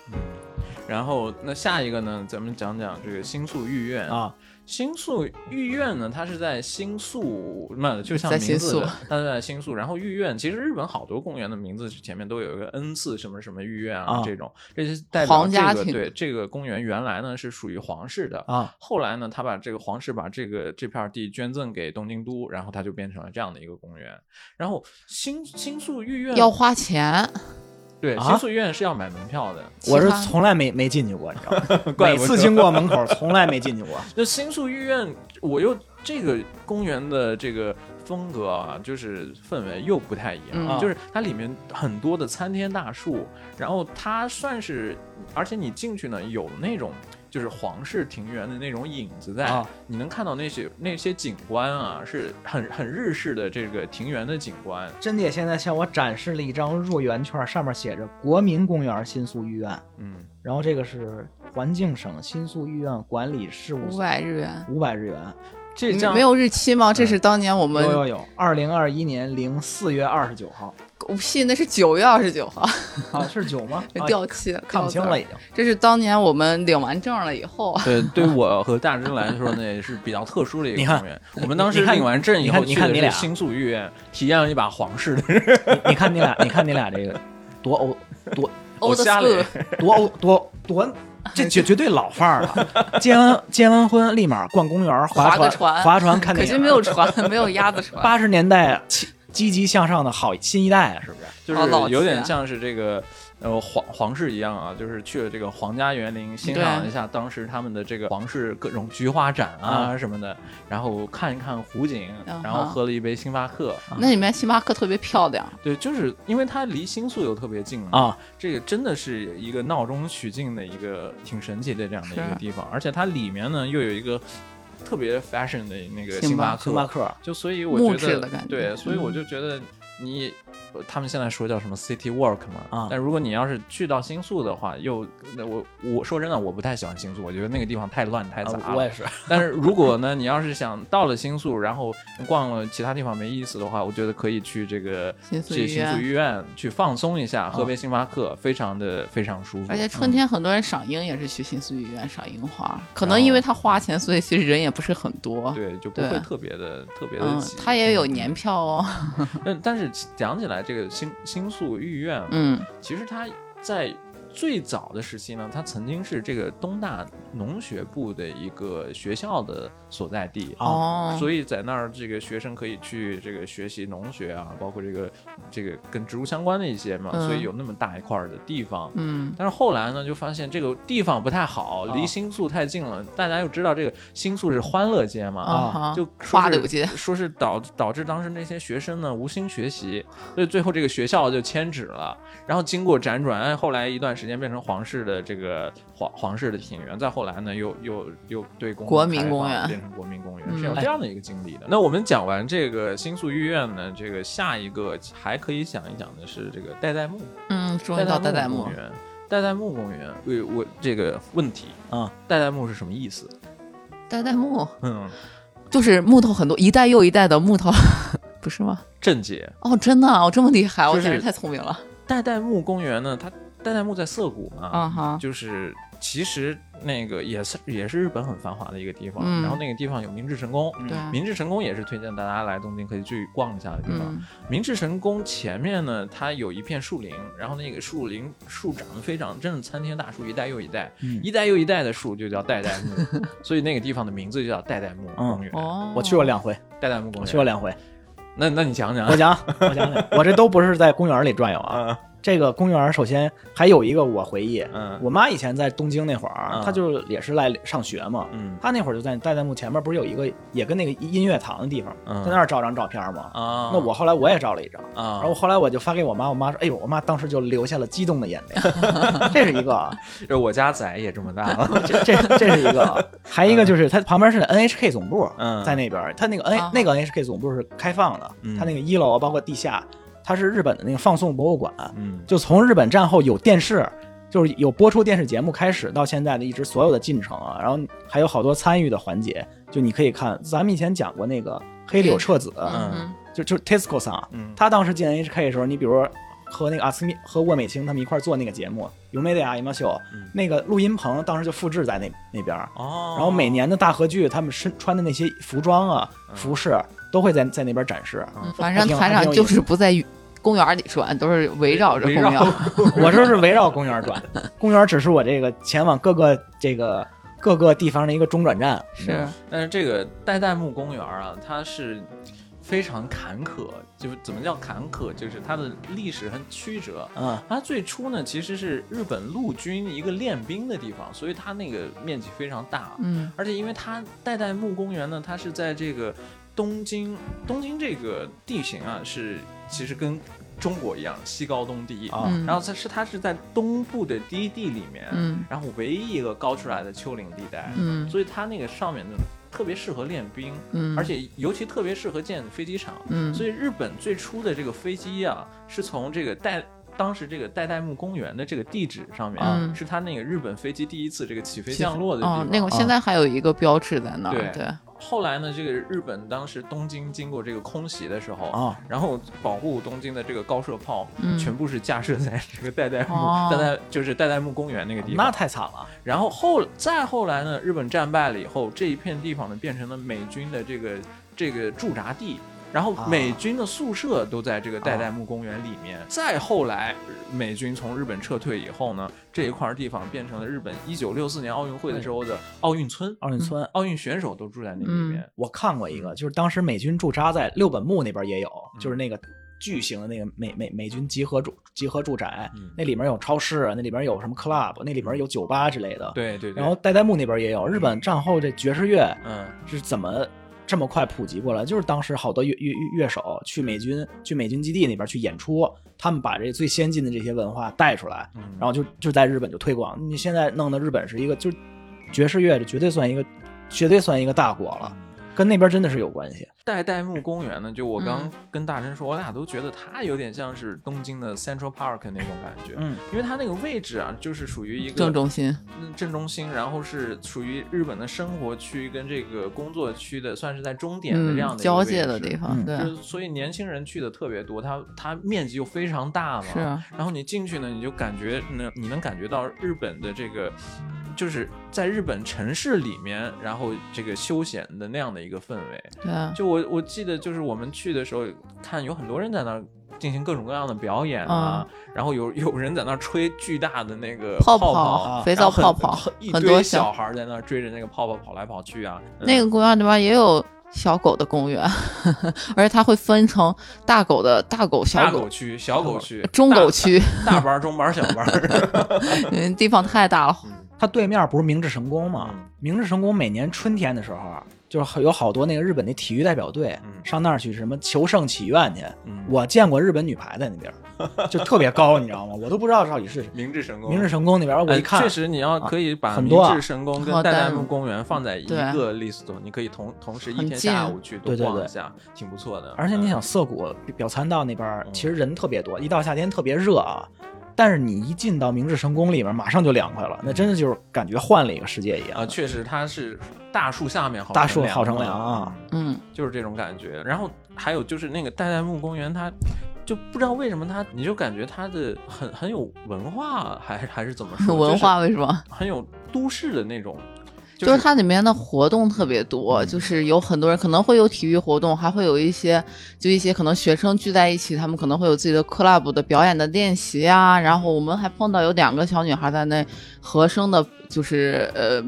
然后那下一个呢，咱们讲讲这个新宿御苑。嗯啊。新宿御苑呢，它是在新宿，那就像在名新字宿的，它是在新宿。然后御苑，其实日本好多公园的名字前面都有一个 n 次什么什么御苑啊啊这种，这是代表皇家这个庭对这个公园原来呢是属于皇室的啊。后来呢，他把这个皇室把这个这片地捐赠给东京都，然后它就变成了这样的一个公园。然后新新宿御苑要花钱，对、啊新宿御苑是要买门票的，？其 我是他从来没没进去过，你知 道吗怪每不得次经过门口，从来没进去过。就新宿御苑，我又这个公园的这个风格啊，就是氛围又不太一样，嗯就是它里面很多的参天大树，然后它算是，而且你进去呢有那种。就是皇室庭园的那种影子在，啊你能看到那些那些景观啊，是很很日式的这个庭园的景观。珍姐现在向我展示了一张入园券，上面写着“国民公园新宿御苑嗯，”，然后这个是环境省新宿御苑管理事务五所，百日元。五百日元，这你张没有日期吗？这是当年我嗯有有们，有，二零二一年零四月二十九号，我信那是九月二十九号，？啊，是九吗掉漆了，看不清靠了字已儿。经。这是当年我们领完证了以后，对，对我和大真来说呢，也是比较特殊的一你个看公园。我们当时你看领完证以你后，看你去看的你是俩新宿御苑，体验了一把皇室的你你看你俩，你看你俩这个多欧多我 old 瞎了 school，多欧多多，这绝绝对老范儿了。结完结完婚，立马逛公园，划个船船划船看可电惜影。没有船，没有鸭 子船。八十年代积积极向上的好新一代，是不是？就好老是气有点啊像是这个呃皇皇室一样啊，就是去了这个皇家园林，欣对赏一下当时他们的这个皇室各种菊花展啊什么的，然后看一看湖景，嗯然后哈喝了一杯星巴克。那里面星巴克特别漂亮，对，就是因为它离新宿又特别近嘛嗯啊，这个真的是一个闹中取静的一个挺神奇的这样的一个是地方，而且它里面呢又有一巴克特别 fashion 的那个星巴巴克，星巴克就所以我木觉得质的感觉嗯对，所以我就觉得你、呃他们现在说叫什么 city walk 嘛，啊但如果你要是去到新宿的话，又那我我说真的，我不太喜欢新宿，我觉得那个地方太乱太杂了。啊，我也是。但是如果呢，你要是想到了新宿，然后逛了其他地方没意思的话，我觉得可以去这个新宿去御新苑宿御苑去放松一下，啊喝杯星巴克，非常的非常舒服。而且春天很多人赏樱也是去新宿御苑赏樱花，可能因为他花钱，所以其实人也不是很多。哦嗯对，就不会对特别的特别的嗯挤。，他也有年票哦。但但是讲起来，这个新新宿御苑，嗯，其实它在最早的时期呢，它曾经是这个东大农学部的一个学校的所在地。啊哦，所以在那儿，这个学生可以去这个学习农学啊，包括这个这个跟植物相关的一些嘛，嗯所以有那么大一块儿的地方。嗯，但是后来呢，就发现这个地方不太好，啊哦离新宿太近了。大家又知道这个新宿是欢乐街嘛，啊哈，就花柳柳街说是导导致当时那些学生呢无心学习，所以最后这个学校就迁址了。然后经过辗转，哎后来一段时间变成皇室的这个皇皇室的庭园，再后来呢又又又对公国民开放公园变成国民公园，嗯是有这样的一个经历的。那我们讲完这个新宿御苑呢，这个下一个还可以讲一讲的是这个代代木，嗯，终于到代代木公，园。代代木公园，对我这个问题嗯啊，代代木是什么意思？代代木嗯，就是木头很多，一代又一代的木头， 不是吗？郑姐，哦，真的啊，我这么厉害，我就是嗯简直太聪明了代代木公园呢，它代代木在涩谷嘛，啊哈！就是其实那个也是也是日本很繁华的一个地方，嗯然后那个地方有明治神嗯宫。对啊，明治神宫也是推荐大家来东京可以去逛一下的地方。嗯，明治神宫前面呢，它有一片树林，然后那个树林树长得非常，真的参天大树，一代又一代，嗯一代又一代的树就叫代代木，所以那个地方的名字就叫代代木公园。哦，我去过两回，代代木公园，我去过两回。那那你讲讲我讲，我讲讲，我这都不是在公园里转悠啊。这个公园首先还有一个我回忆，嗯我妈以前在东京那会儿啊嗯，她就也是来上学嘛，嗯她那会儿就在大弹幕前面不是有一个也跟那个音乐堂的地方，嗯在那儿照张照片嘛。啊，那我后来我也照了一张，啊，然后后来我就发给我妈，我妈说：“哎呦，我妈当时就流下了激动的眼 泪。”这是一个啊，这我家崽也这么大 了，这这这是一个啊，还一个就是它旁边是 NHK 总部，嗯在那边儿，它那个 N、啊那个 NHK 总部是开放的，嗯它那个一楼啊包括地下，它是日本的那个放送博物馆，嗯就从日本战后有电视，就是有播出电视节目开始到现在的一直所有的进程啊，然后还有好多参与的环节，就你可以看，咱们以前讲过那个黑柳彻子，嗯嗯就就 Tesco 桑，嗯他当时进 NHK 的时候，你比如说和那个阿斯米和沃美清他们一块儿做那个节目《有美得啊，有没有秀》，嗯那个录音棚当时就复制在那那边儿，哦，然后每年的大合剧，他们身穿的那些服装啊、嗯服饰都会在在那边展示。嗯，反正挺团还长挺有就意思是不在 公园里转，都是围绕着围公绕园。 我这是围绕公园转，公园只是我这个前往各个这个各个地方的一个中转站。是， 但是这个代代木公园啊，它是非常坎坷，就是怎么叫坎坷，就是它的历史很曲折。嗯，它最初呢，其实是日本陆军一个练兵的地方，所以它那个面积非常大。嗯而且因为它代代木公园呢，它是在这个东京，东京这个地形啊，是其实跟中国一样，西高东低啊嗯，然后后它是它是在东部的低地里面，嗯然后唯一一个高出来的丘陵地带，嗯所以它那个上面呢特别适合练兵，嗯，而且尤其特别适合建飞机场。嗯，所以日本最初的这个飞机啊，是从这个代当时这个代代木公园的这个地址上面，嗯是它那个日本飞机第一次这个起飞以降落的地哦方。，啊那个现在还有一个标志在那对儿，对，后来呢，这个日本当时东京经过这个空袭的时候，啊，然后保护东京的这个高射炮，嗯全部是架设在这个代代木、哦代代就是代代木公园那个地方那。太惨了。然后后再后来呢，日本战败了以后，这一片地方呢变成了美军的这个这个驻扎地。然后啊美军的宿舍都在这个代代木公园里面。再后来，美军从日本撤退以后呢，这一块地方变成了日本1964年奥运会的时候的奥运村，奥运村，奥运选手都住在那里嗯面。我看过一个，就是当时美军驻扎在六本木那边也有，嗯就是那个巨型的那个美美美军集合住集合住宅嗯，那里面有超市，啊那里面有什么 club，那里面有酒吧之类的。，对对对，然后代代木那边也有。日本战后这爵士乐嗯是怎么？这么快普及过来，就是当时好多乐乐乐乐手去美军去美军基地那边去演出，他们把这最先进的这些文化带出来，嗯，然后就就在日本就推广。你现在弄的日本是一个，就是爵士乐，这绝对算一个，绝对算一个大国了，嗯跟那边真的是有关系。代代木公园呢，就我刚嗯跟大真说，我俩都觉得它有点像是东京的 Central Park 那种感觉，嗯，因为它那个位置啊，就是属于一个正中心，嗯正中心，然后是属于日本的生活区跟这个工作区的，算是在中点的这样嗯，的一个交位界的置地。方，嗯对，就是所以年轻人去的特别多，它它面积又非常大嘛，是啊然后你进去呢，你就感觉能你能感觉到日本的这个，就是在日本城市里面，然后这个休闲的那样的一个氛围。对啊，就我我记得，就是我们去的时候，看有很多人在那儿进行各种各样的表演啊，然后有有人在那儿吹巨大的那个嗯泡泡，啊肥然后皂很泡泡很一很多堆小小孩儿在那儿追着那个泡泡跑来跑去啊。嗯那个公园里边也有小狗的公园，而且它会分成大狗的大狗、大小狗区、小狗区、中大狗、区， 大班儿、中班儿、小班 儿。嗯，地方太大了。它对面不是明治神宫吗嗯？明治神宫每年春天的时候，啊就是有好多那个日本的体育代表队嗯上那儿去什么求胜祈愿去。嗯我见过日本女排在那边， 就特别高，你知道吗？我都不知道到底是谁。明治神宫，明治神宫那边，我一呃看嗯确，实你要可以把很明多啊治神宫跟好代代但木公园放在一对个 list 中，你可以同同时一很天下近午去多对对逛对一下，挺不错的。而且你嗯想，涩谷表参道那边儿嗯其实人特别多，一到夏天特别热啊。但是你一进到明治神宫里面，马上就凉快了，那真的就是感觉换了一个世界一嗯啊，样。确实它是大树下面好大树好乘乘凉啊，嗯， 就是这种感觉。然后还有就是那个代代木公园，它就不知道为什么它，你就感觉它的很很有文化，还是还是怎么说，文化为什么？就是很有都市的那种。嗯就是它里面的活动特别多，就是有很多人可能会有体育活动，还会有一些就一些可能学生聚在一起，他们可能会有自己的 club 的表演的练习啊。然后我们还碰到有两个小女孩在那和声的，就是呃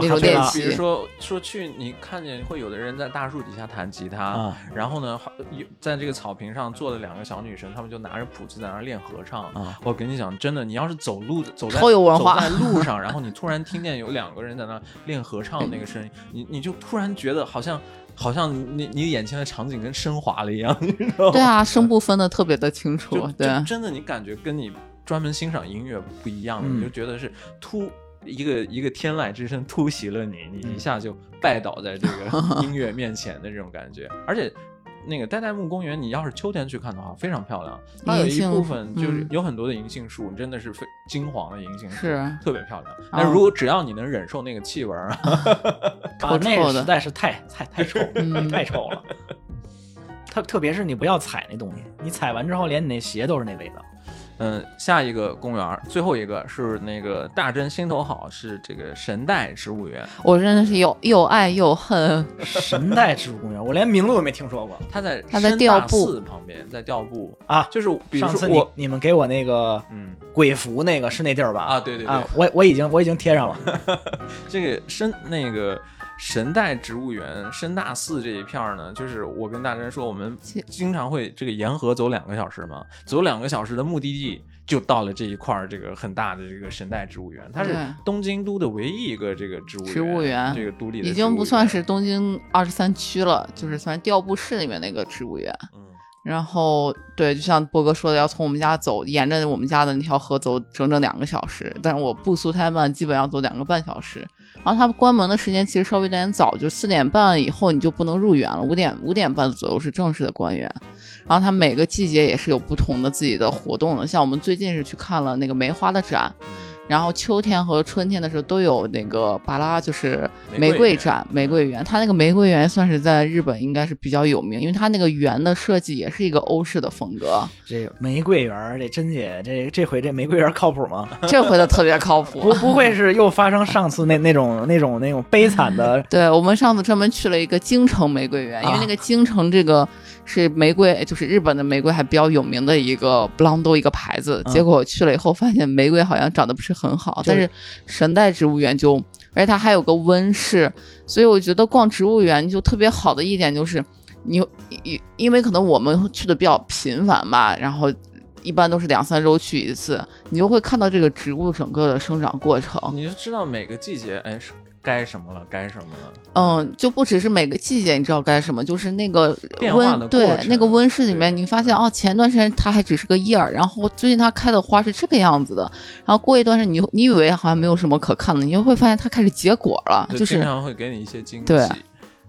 那种练啊比习如。说说去，你看见会有的人在大树底下弹吉他，啊然后呢，有在这个草坪上坐了两个小女生，她们就拿着谱子在那儿练合唱。啊我跟你讲，真的，你要是走路走在超有文化走在路 上，然后你突然听见有两个人在那儿练合唱的那个声音，你你就突然觉得好像好像你你眼前的场景跟升华了一样，你知道吗？对啊，声部分的特别的清就楚，对啊就真的你感觉跟你专门欣赏音乐不一样了，嗯你就觉得是突一个一个天籁之声突袭了你，你一嗯下就拜倒在这 个音乐面前的这种感觉，而且。那个代代木公园，你要是秋天去看的话，非常漂亮。它有一银杏部分就是嗯有很多的银杏树，真的是非金黄的银杏树，是哦特别漂亮。但如果只要你能忍受那个气味儿，啊，那臭个的实在是太太太丑 了，嗯太丑了。特特别是你不要踩那东西，你踩完之后连你那鞋都是那味 道。嗯，下一个公园儿，最后一个是那个大真心头好，是这个神代植物园。我真的是又又爱又恨，神代植物公园，我连名字都没听说过他在他在深调大步寺旁边，在调布，啊。就是比如上说次你我，你们给我那个嗯鬼服那个是那地儿吧？啊，对对对，啊，我我已经我已经贴上了。这个深那个神代植物园深大寺这一片儿呢，就是我跟大真说，我们其经常会这个沿河走两个小时嘛，走两个小时的目的地就到了这一块儿这个很大的这个神代植物园，它是对东京都的唯一一个这个植物园，植物园这个都立的已植物经不算园是东京二十三区了，就是算调布市里面那个植物园。嗯。然后对，就像波哥说的，要从我们家走，沿着我们家的那条河走整整两个小时。但是我步速太慢，基本要走两个半小时。然后它关门的时间其实稍微有点早，就四点半以后你就不能入园了，五点五点半左右是正式的关园。然后它每个季节也是有不同的自己的活动的，像我们最近是去看了那个梅花的展，然后秋天和春天的时候都有那个巴拉，就是玫玫瑰瑰园展、玫瑰园。它那个玫瑰园算是在日本应该是比较有名，因为它那个园的设计也是一个欧式的风格，这个玫瑰园儿，这珍姐这这回这玫瑰园儿靠谱吗？这回的特别靠不谱。不会是又发生上次那那种那种那种悲惨 的对我们上次专门去了一个京城玫瑰园，因为啊那个京城这个是玫瑰，就是日本的玫瑰还比较有名的一个布朗多一个牌子。嗯结果去了以后发现玫瑰好像长得不是很好，就但是是神代植物园就，而且它还有个温室，所以我觉得逛植物园就特别好的一点就是你，因因为可能我们去的比较频繁吧，然后一般都是两三周去一次，你就会看到这个植物整个的生长过程。你就知道每个季节，哎，是该什么了，该什么了。嗯，就不只是每个季节你知道该什么，就是那个变化的温对过程那个温室里面，对你发现哦，前段时间它还只是个叶儿，然后最近它开的花是这个样子的，然后过一段时间你就你以为好像没有什么可看的，你就会发现它开始结果了，就就经是常会给你一些惊喜。对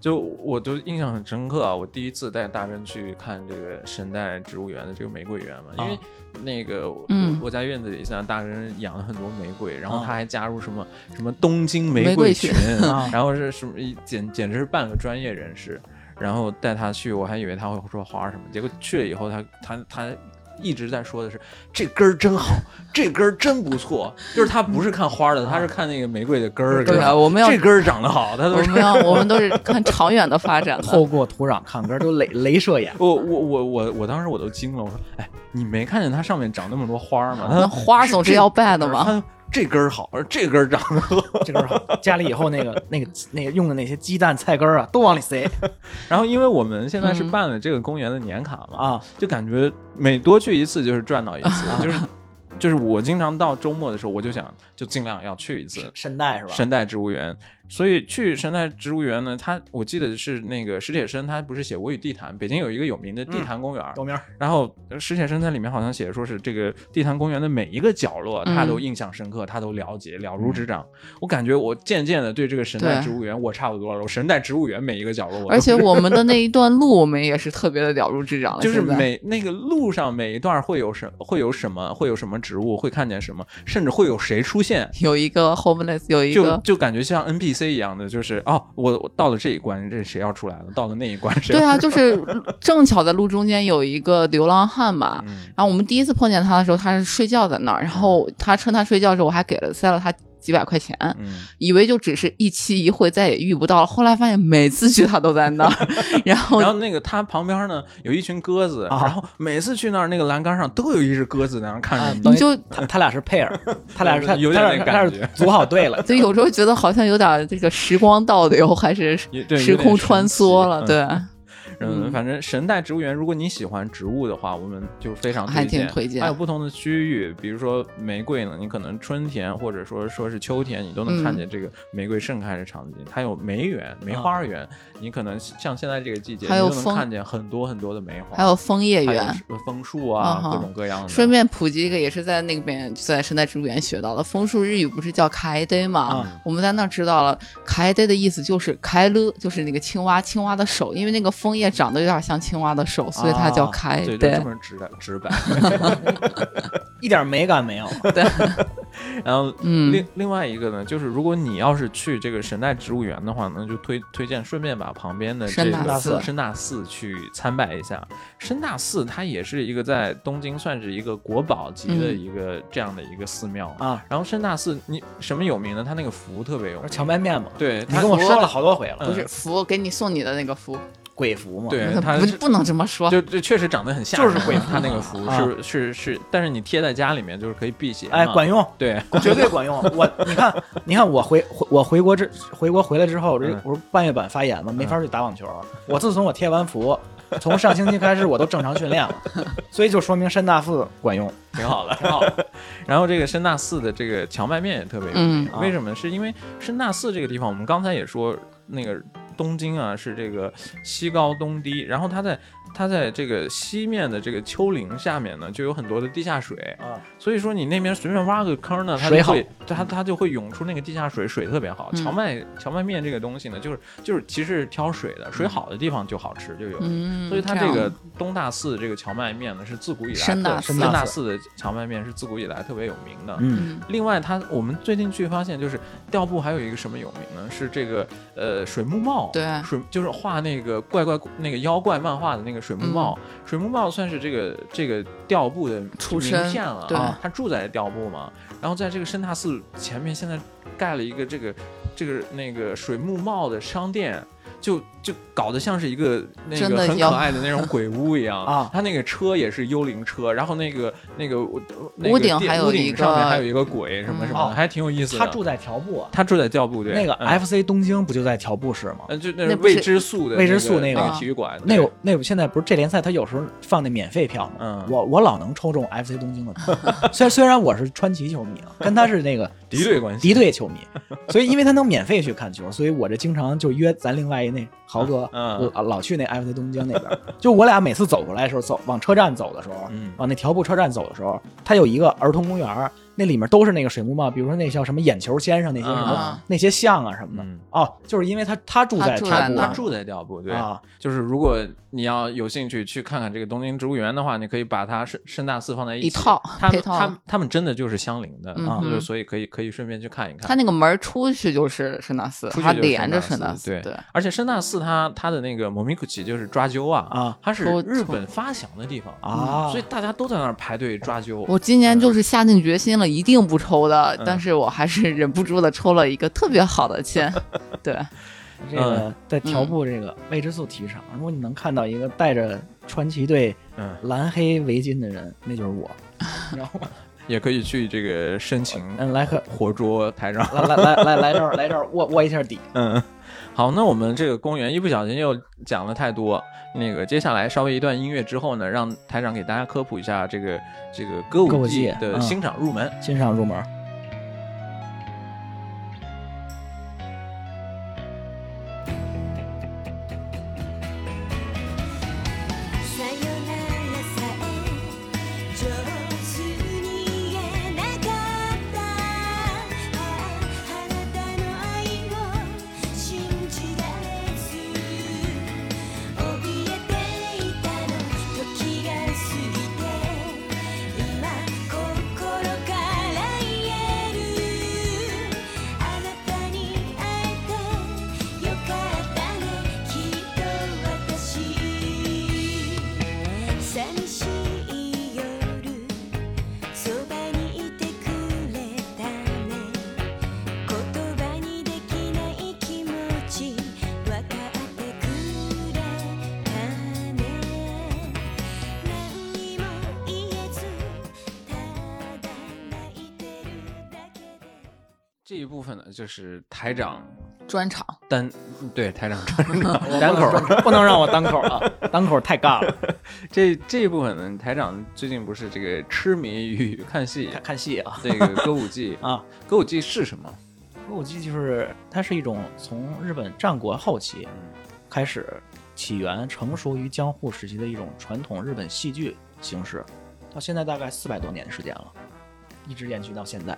就我都印象很深刻啊！我第一次带大真去看这个神代植物园的这个玫瑰园嘛，因为啊那个我哦嗯我在院子里现在大真养了很多玫瑰，然后啊他还加入什么什么东京玫瑰瑰群群， 哦啊然后是什么一简简直是半个专业人士。然后带他去，我还以为他会说花什么，结果去了以后他，他他一直在说的是这根儿真好，这根儿真不错，就是他不是看花的，他是看那个玫瑰的根儿。对吧啊，我们要这根儿长得好，他我都是们要我们都是看长远的发展的透。过土壤看歌都雷镭射眼？ 我我我我我当时我都惊了，我说哎，你没看见它上面长那么多花儿吗？那它花总是要拜的它嘛，说这根儿好，这根儿长 得好。这个家里以后那个那个那个用的那些鸡蛋菜根儿啊，都往里塞然后因为我们现在是嗯办了这个公园的年卡嘛，啊！就感觉每多去一次就是赚到一 次，就是就是我经常到周末的时候，我就想就尽量要去一次，圣代是吧？神代植物园。所以去神代植物园呢，他我记得是那个史铁生，他不是写《我与地坛》，北京有一个有名的地坛公园，豆苗儿然后呃史铁生在里面好像写的说是这个地坛公园的每一个角落，嗯他都印象深刻，他都了解了如指掌。我感觉我渐渐的对这个神代对植物园我差不多了，我神代植物园每一个角 落我都而且我们的那一段路我们也是特别的了如指掌了，就是现在每那个路上每一段会有什会有什么会有什么植物会看见什么，甚至会有谁出现，有一个 homeless 有一就个就感觉像 NPC 一样的，就是哦，我我到了这一关，这谁要出来了？到了那一关，谁要对出来啊，了？就是正巧在路中间有一个流浪汉嘛。嗯然后我们第一次碰见他的时候，他是睡觉在那儿。然后他趁他睡觉的时候，我还给了塞了他几百块钱，嗯，以为就只是一期一会，再也遇不到了。后来发现每次去他都在那 儿，然后然后那个他旁边呢有一群鸽子，啊然后每次去那儿那个栏杆上都有一只鸽子在那儿看着你。等你于就他他俩是配儿，他俩是他有点那他俩感是觉组好队了。所以有时候觉得好像有点这个时光倒流，还是也对时有点空穿梭了，神奇对，嗯，嗯反正神代植物园，如果你喜欢植物的话，我们就是非常还推挺荐。推荐还有不同的区域，比如说玫瑰呢，你可能春天或者说说是秋天，你都能嗯看见这个玫瑰盛开的场景。它有梅园、梅花园，你可能像现在这个季节，啊还有你就枫能看见很多很多的梅花，还有枫叶还有园。枫树啊，嗯哼各种各样的。顺便普及一个，也是在那边在神代植物园学到的。枫树日语不是叫开呆吗？嗯我们在那儿知道了，开呆的意思就是开了，就是那个青蛙，青蛙的手，因为那个枫叶长得有点像青蛙的手，所以它叫啊开对，就呆这。么直的直 白。一点美感没有。然后，嗯另另外一个呢，就是如果你要是去这个神代植物园的话呢，就推推荐顺便把旁边的这深大个寺深大寺去参拜一下。深大寺它也是一个在东京算是一个国宝级的嗯一个、这样的一个寺庙啊。然后深大寺你什么有名呢？它那个符特别有我说名，荞麦面嘛，对，你它跟我说了好多回了，不是福，给你送你的那个福，鬼符嘛。嗯对它不不能这么说。就就确实长得很像，就是鬼符它那个符啊是是是，但是你贴在家里面就是可以辟邪嘛，哎，管用， 对，绝对管用。我你看，你看我回回我回国之回国回来之后，我这嗯我是半月板发炎嘛，没法去打网球。我自从我贴完符，从上星期开始我都正常训 练了，所以就说明山大寺管用，挺好的，挺好的。 然后这个深大寺的这个荞麦面也特别有名，啊嗯为什么？是因为深大寺这个地方，我们刚才也说，那个东京啊是这个西高东低，然后它在它在这个西面的这个丘陵下面呢，就有很多的地下水，啊所以说你那边随便挖个坑呢，它水就好会它它就会涌出那个地下水，水特别好。嗯荞麦荞麦面这个东西呢，就是就是其实是挑水的，水好的地方就好吃，就有。嗯，所以它这这样个东大寺这个荞麦面呢，是自古以来深大特寺深大寺的荞麦面是自古以来特别有名的。嗯。嗯另外它，我们最近去发现，就是调布还有一个什么有名呢？是这个呃水木茂，对水就是画那个怪怪那个妖怪漫画的那个嗯水木茂，水木茂算是这个这个调布的出名身片了，对啊，他住在调布嘛，然后在这个深大寺前面现在盖了一个这个这个那个水木茂的商店。就就搞得像是一个那真个的很可妖爱的那种鬼屋一 样啊他那个车也是幽灵车，然后那个那个那个屋顶电还有屋一顶个哦上面还有一个鬼什么什么嗯的，还挺有意思的。他住在条布啊，他住在教部队，那个嗯 FC 东京不就在条布市吗？呃，就那那不是未知素的未知素那那个啊体育馆，那对有那有，现在不是这联赛，他有时候放那免费票嘛。嗯我我老能抽中 FC 东京的票，虽然虽然我是川崎球迷啊，跟他是那个敌对关系敌对球迷，所以因为他能免费去看球，所以我这经常就约咱另外一那豪哥，嗯我老老去那 FC 东京那边，就我俩每次走过来的时候，走往车站走的时候，嗯往那条布车站走的时候，他有一个儿童公园，那里面都是那个水幕帽，比如说那叫什么眼球先生那些什么、啊那些像啊什么的，嗯哦，就是因为他他住他在住条在布那他儿住在教部队，啊，就是如果你要有兴趣去看看这个东京植物园的话，你可以把它圣圣大寺放在一起一套他配们套他们他们真的就是相邻的嗯啊，就哼是所以可以可以顺便去看一看。它那个门儿出去就是圣纳寺，出去它就是连着圣圣纳纳寺对对，而且深大寺它它的那个摩米古奇就是抓阄啊啊它是抽日抽本发祥的地方嗯啊所以大家都在那儿排队抓阄。我今年就是下定决心了，一定不抽的，嗯但是我还是忍不住的抽了一个特别好的 签，对，这个在条布这个未知素体育场，如果你能看到一个戴着川崎队嗯，蓝黑围巾的人，那就是我，你知道吗？也可以去这个深情嗯，来个活捉台长。来来来来来这儿来这儿握握一下底，嗯， 好，那我们这个公园一不小心又讲了太多。那个接下来稍微一段音乐之后呢，让台长给大家科普一下这个这个歌歌舞舞伎伎的嗯欣赏入门。欣赏入门。 「さよならさえ上手に言えなかった」「あなたの愛を信じられず」「怯えていたの時が過ぎて」「今心から言え这一部分呢，就是台长专场，单对台长专场单口儿不能让我单口儿啊，单口儿太尬了。 这这一部分呢，台长最近不是这个痴迷于看戏，看看戏啊这个歌舞伎啊，歌舞伎是什么？歌舞伎就是它是一种从日本战国后期开始起源、成熟于江户时期的一种传统日本戏剧形式，到现在大概四百多年的时间了，一直延续到现在。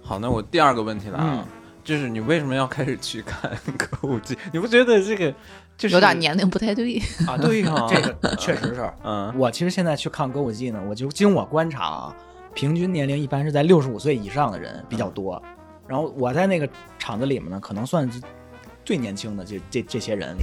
好，那我第二个问题了嗯啊，就是你为什么要开始去看 歌舞伎？你不觉得这个就是有点年龄不太对，啊？ 对呀、这哦个确实是。嗯我其实现在去看歌舞伎呢，我就经我观察啊，平均年龄一般是在六十五岁以上的人比较多。然后我在那个场子里面呢，可能算是最年轻的这这这些 人里，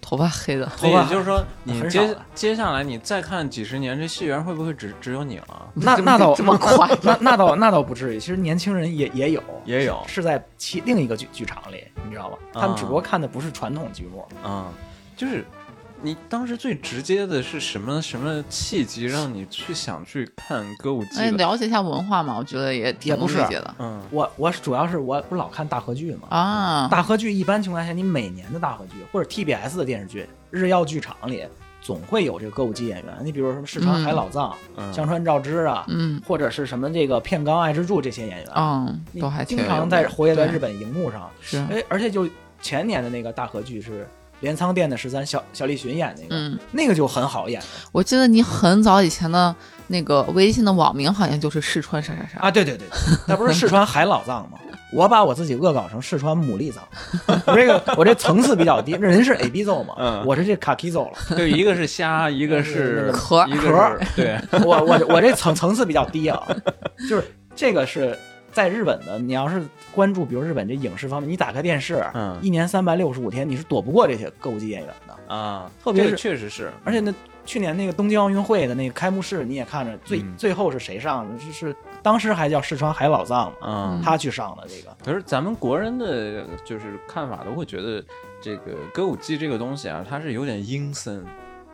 头发黑的，所以也就是说，你很少接了接下来你再看几十年，这戏园会不会只只有你了？ 那这么 那倒这么快那那倒那倒不至于。其实年轻人也也有，也有是在其另一个剧剧场里，你知道吧？他啊们只不过看的不是传统剧目，嗯，就是你当时最直接的是什么什么契机让你去想去看歌舞伎哎，的？了解一下文化嘛，我觉得也挺也能理不是解的嗯我我是主要是我不是老看大合剧嘛，啊。大合剧一般情况下，你每年的大合剧或者 TBS 的电视剧、日曜剧场里总会有这个歌舞伎演员。你比如说什么市川海老藏、嗯香川照之啊，嗯或者是什么这个片冈爱之助这些演员，嗯，你都还挺经有常名在的活跃在对嗯日本荧幕上。是，哎，而且就前年的那个大合剧是镰仓殿的十三，小小栗旬演那个，嗯，那个就很好演我记得你很早以前的那个微信的网名好像就是试穿啥啥啥啊！对对 对，那不是市川海老藏吗？我把我自己恶搞成四川牡蛎藏， 我这个我这层次比较低，人是 A B 奏嘛，嗯我是这卡 K 奏了。对，一个是虾，一 个是壳一个壳儿是对， 我我我这层层次比较低啊，就是这个是在日本的，你要是关注，比如日本这影视方面，你打开电视，嗯一年三百六十五天，你是躲不过这些歌舞伎演员的。啊， 特别这是个确实是，而且呢，去年那个东京奥运会的那个开幕式，你也看着最、嗯最后是谁上的？是是当时还叫世川海老藏嘛，嗯，他去上的这个。可是咱们国人的就是看法都会觉得这个歌舞伎这个东西啊，它是有点阴森，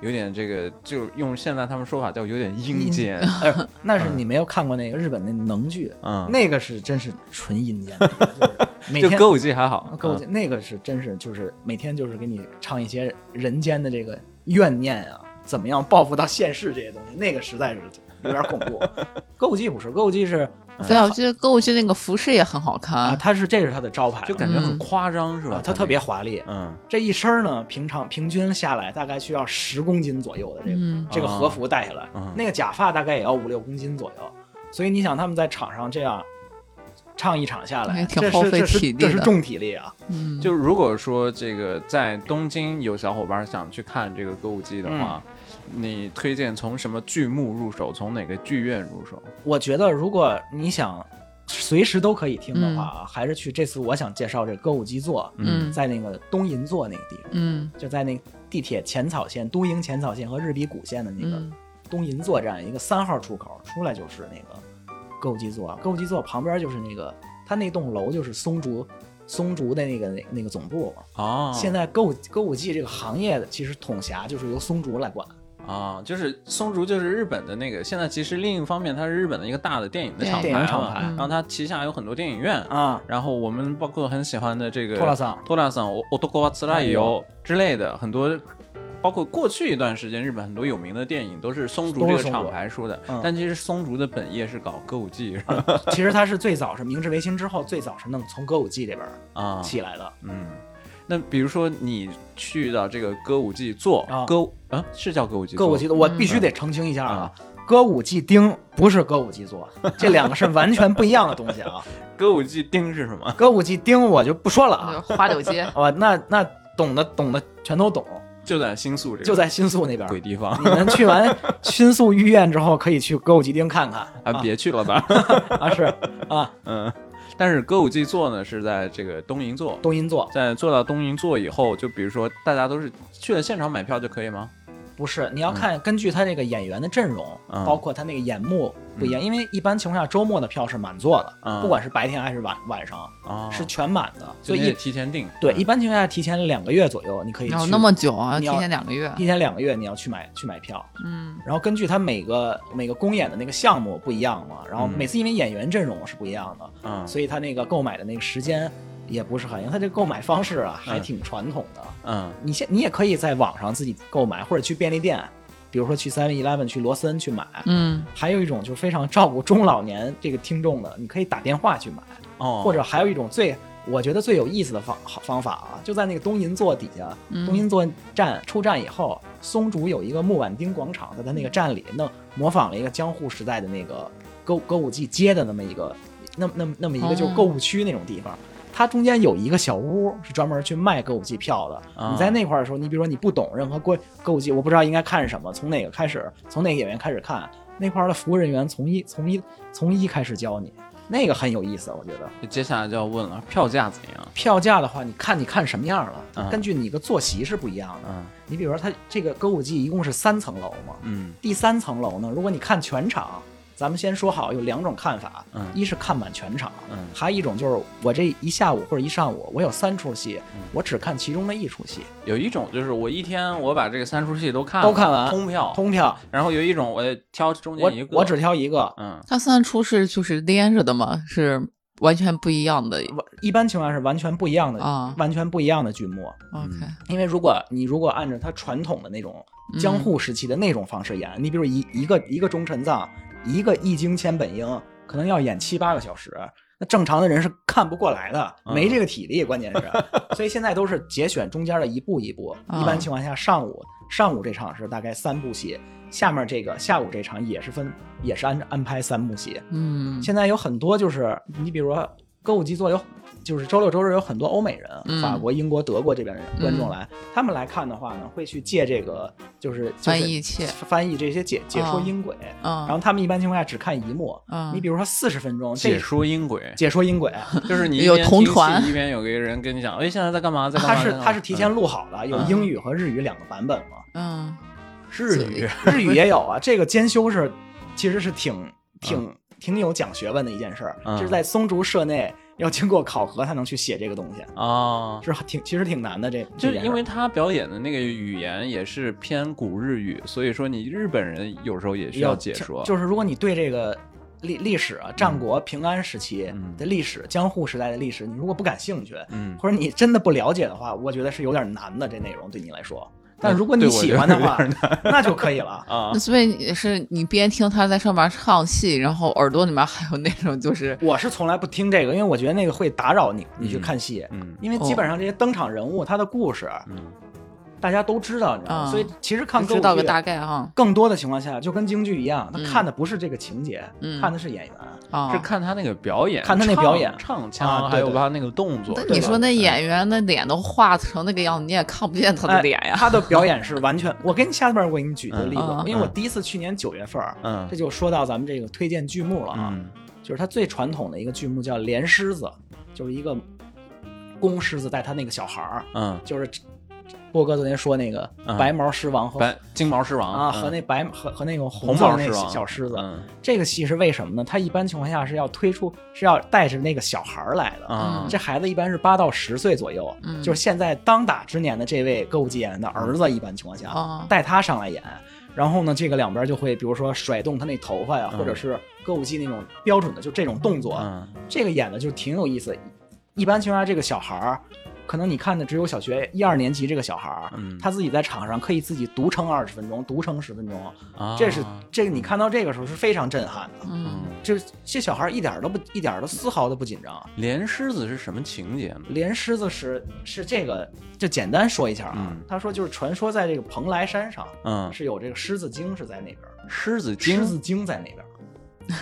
有点这个就用现在他们说法叫有点阴间，呃，那是你没有看过那个日本那能剧， 嗯，那个是真是纯阴间 的，就是每就天嗯歌舞伎还啊好，嗯歌舞伎那个是真是就是每天就是给你唱一些人间的这个怨念啊，怎么样报复到现世这些东西，那个实在是有点恐 怖。歌舞伎不是，歌舞伎是对啊，我记得歌舞剧那个服饰也很好啊，看，它是这是它的招牌，嗯就感觉很夸张是吧啊？它特别华丽。嗯这一身呢，平常平均下来大概需要十公斤左右的这个、嗯这个和服戴下来，嗯那个假发大概也要五六公斤左右。所以你想他们在场上这样唱一场下来，也挺这耗是费这是体力这是的重体力啊。嗯，就如果说这个在东京有小伙伴想去看这个歌舞伎的话，嗯你推荐从什么剧目入手，从哪个剧院入手？我觉得如果你想随时都可以听的话啊，还是去这次我想介绍这歌舞伎座，嗯在那个东银座那个地方，嗯就在那地铁浅草线、都营浅草线和日比谷线的那个嗯东银座站一个三号出口出来就是那个歌舞伎座啊，歌舞伎座旁边就是那个它那栋楼就是松竹。松竹的那个那那个总部嘛，啊哦，现在歌舞歌舞伎这个行业的其实统辖就是由松竹来管，啊，就是松竹，就是日本的那个。现在其实另一方面，它是日本的一个大的电影的对厂牌电影厂嘛牌然后它旗下有很多电影院。 啊，然后我们包括很喜欢的这个托拉桑哎托拉桑、我多瓜茨拉油之类的很多，包括过去一段时间日本很多有名的电影都是松竹都这个是松竹厂牌出的嗯，但其实松竹的本业是搞歌舞伎是吧其实它是最早是明治维新之后最早是弄从歌舞伎这边啊，起来的，嗯。那比如说你去到这个歌舞伎做啊歌舞啊，是叫歌舞伎歌座舞伎座，我嗯必须得澄清一下啊啊，歌舞伎町不是歌舞伎座，这两个是完全不一样的东西啊。歌舞伎町是什么？歌舞伎町我就不说了啊，花柳街我那那懂的懂的全都懂，就在新宿这个就在啊新宿那边。鬼地方。你们去完新宿御苑之后，可以去歌舞伎町看看啊，别去了 吧。啊，是啊，嗯，但是歌舞伎座呢是在这个东银座，东银座在坐到东银座以后，就比如说大家都是去了现场买票就可以吗？不是，你要看根据他这个演员的阵容，嗯包括他那个演目不一样，因为一般情况下周末的票是满座的，嗯不管是白天还是晚晚上、啊，是全满的，就所你得以提前定。对嗯一般情况下提前两个月左右你可以去，然后那么久啊，你提要前两个月，提前两个月你要去买去买票，嗯，然后根据他每个每个公演的那个项目不一样嘛，然后每次因为演员阵容是不一样的，嗯所以他那个购买的那个时间也不是很，因为他这个购买方式啊还嗯挺传统的。嗯你现你也可以在网上自己购买，或者去便利店，比如说去 Seven Eleven、去罗森去买。嗯，还有一种就是非常照顾中老年这个听众的，你可以打电话去买，哦，或者还有一种最我觉得最有意思的方好方法啊，就在那个东银座底下，嗯东银座站出站以后，松竹有一个木碗町广场，在它那个站里弄模仿了一个江户时代的那个歌歌舞伎街的那么一个那那那么一个哦就是购物区那种地方。它中间有一个小屋是专门去卖歌舞伎票的。啊你在那块儿的时候，你比如说你不懂任何歌歌舞伎，我不知道应该看什么，从哪个开始，从哪个演员开始看，那块儿的服务人员从一从一从一开始教你，那个很有意思，我觉得。接下来就要问了，票价怎样？票价的话，你看你看什么样了，嗯根据你个坐席是不一样的。嗯你比如说，它这个歌舞伎一共是三层楼嘛，嗯第三层楼呢，如果你看全场，咱们先说好有两种看法，嗯一是看满全场，嗯还有一种就是我这一下午或者一上午，我有三出戏，嗯我只看其中的一出戏，有一种就是我一天我把这个三出戏都看都了看完通票，通票，然后有一种我挑哦中我间一个，我只挑一个。嗯它三出是就是连着的嘛，是完全不一样的。嗯我一般情况下是完全不一样的，啊完全不一样的剧目。 OK，因为如果你如果按照它传统的那种江户时期的那种方式演，你比如一一个一个忠臣藏，一个易经千本樱，可能要演七八个小时，那正常的人是看不过来的，嗯没这个体力，关键是，所以现在都是节选中间的一步一步。啊一般情况下，上午上午这场是大概三部戏，下面这个下午这场也是分也是安安排三部戏。嗯，现在有很多就是你比如说歌舞伎座有，就是周六周日有很多欧美人，嗯法国、英国、德国这边的人嗯观众来，他们来看的话呢，会去借这个就是翻译器就是翻译这些解解说哦音轨，嗯，然后他们一般情况下只看一幕，嗯你比如说四十分钟这解说音 轨，解说 音轨，就是你一有边同听戏传一边有个人跟你讲，哎，现在在干嘛？在干嘛？他是在干嘛他是提前录好的，有嗯英语和日语两个版本嘛，嗯日语， 日语也有啊，这个兼修是其实是挺挺、挺有讲学问的一件事儿，嗯这是在松竹社内要经过考核才能去写这个东西。啊。是挺其实挺难的，这就这是件事因为他表演的那个语言也是偏古日语，所以说你日本人有时候也需要解说，就是如果你对这个历历史啊，战国、平安时期嗯的历史、江户时代的历史，你如果不感兴趣，嗯或者你真的不了解的话，我觉得是有点难的这内容对你来说。但嗯如果你对我喜觉欢得的有话，那就可以了。啊那，所以你是你边听他在上面唱戏，然后耳朵里面还有那种 就是我是从来不听这个，因为我觉得那个会打扰你，你去嗯看戏。嗯因为哦基本上这些登场人物他的故事，嗯大家都知道，你知道吗？啊所以其实看歌舞知道个剧大概啊更多的情况下，就跟京剧一样，他嗯看的不是这个情节，嗯看的是演员。啊。是看他那个表演，看他那表演唱唱啊腔，对还有对他那个动作。那对你吧说那演员那脸都画成那个样子，你也看不见他的脸哎呀。他的表演是完全，我 给你下边我给你举一个例子，嗯嗯因为我第一次去年九月份儿，嗯这就说到咱们这个推荐剧目了啊，嗯就是他最传统的一个剧目叫《连狮子》，就是一个公狮子带他那个小孩儿，嗯，就是波哥昨天说那个嗯白毛狮王和、白金毛狮王啊嗯和那白和和那个红红色毛的那狮王小狮子。嗯这个戏是为什么呢？他一般情况下是要推出，是要带着那个小孩儿来的。啊这孩子一般是八到十岁左右，嗯就是现在当打之年的这位歌舞伎演员的嗯儿子，一般情况下、哦啊带他上来演。然后呢，这个两边就会，比如说甩动他那头发呀，嗯或者是歌舞伎那种标准的就这种动作，嗯这个演的就挺有意思。一般情况下，这个小孩儿，可能你看的只有小学一二年级这个小孩儿，嗯他自己在场上可以自己独撑二十分钟，独撑十分钟，啊这是这个你看到这个时候是非常震撼的。嗯，嗯，就是这小孩儿一点儿都不一点儿都丝毫都不紧张，连狮子是什么情节呢？连狮子是是这个，就简单说一下啊。嗯他说就是传说在这个蓬莱山上嗯，是有这个狮子精是在那边儿，狮子精狮子精在那 边儿，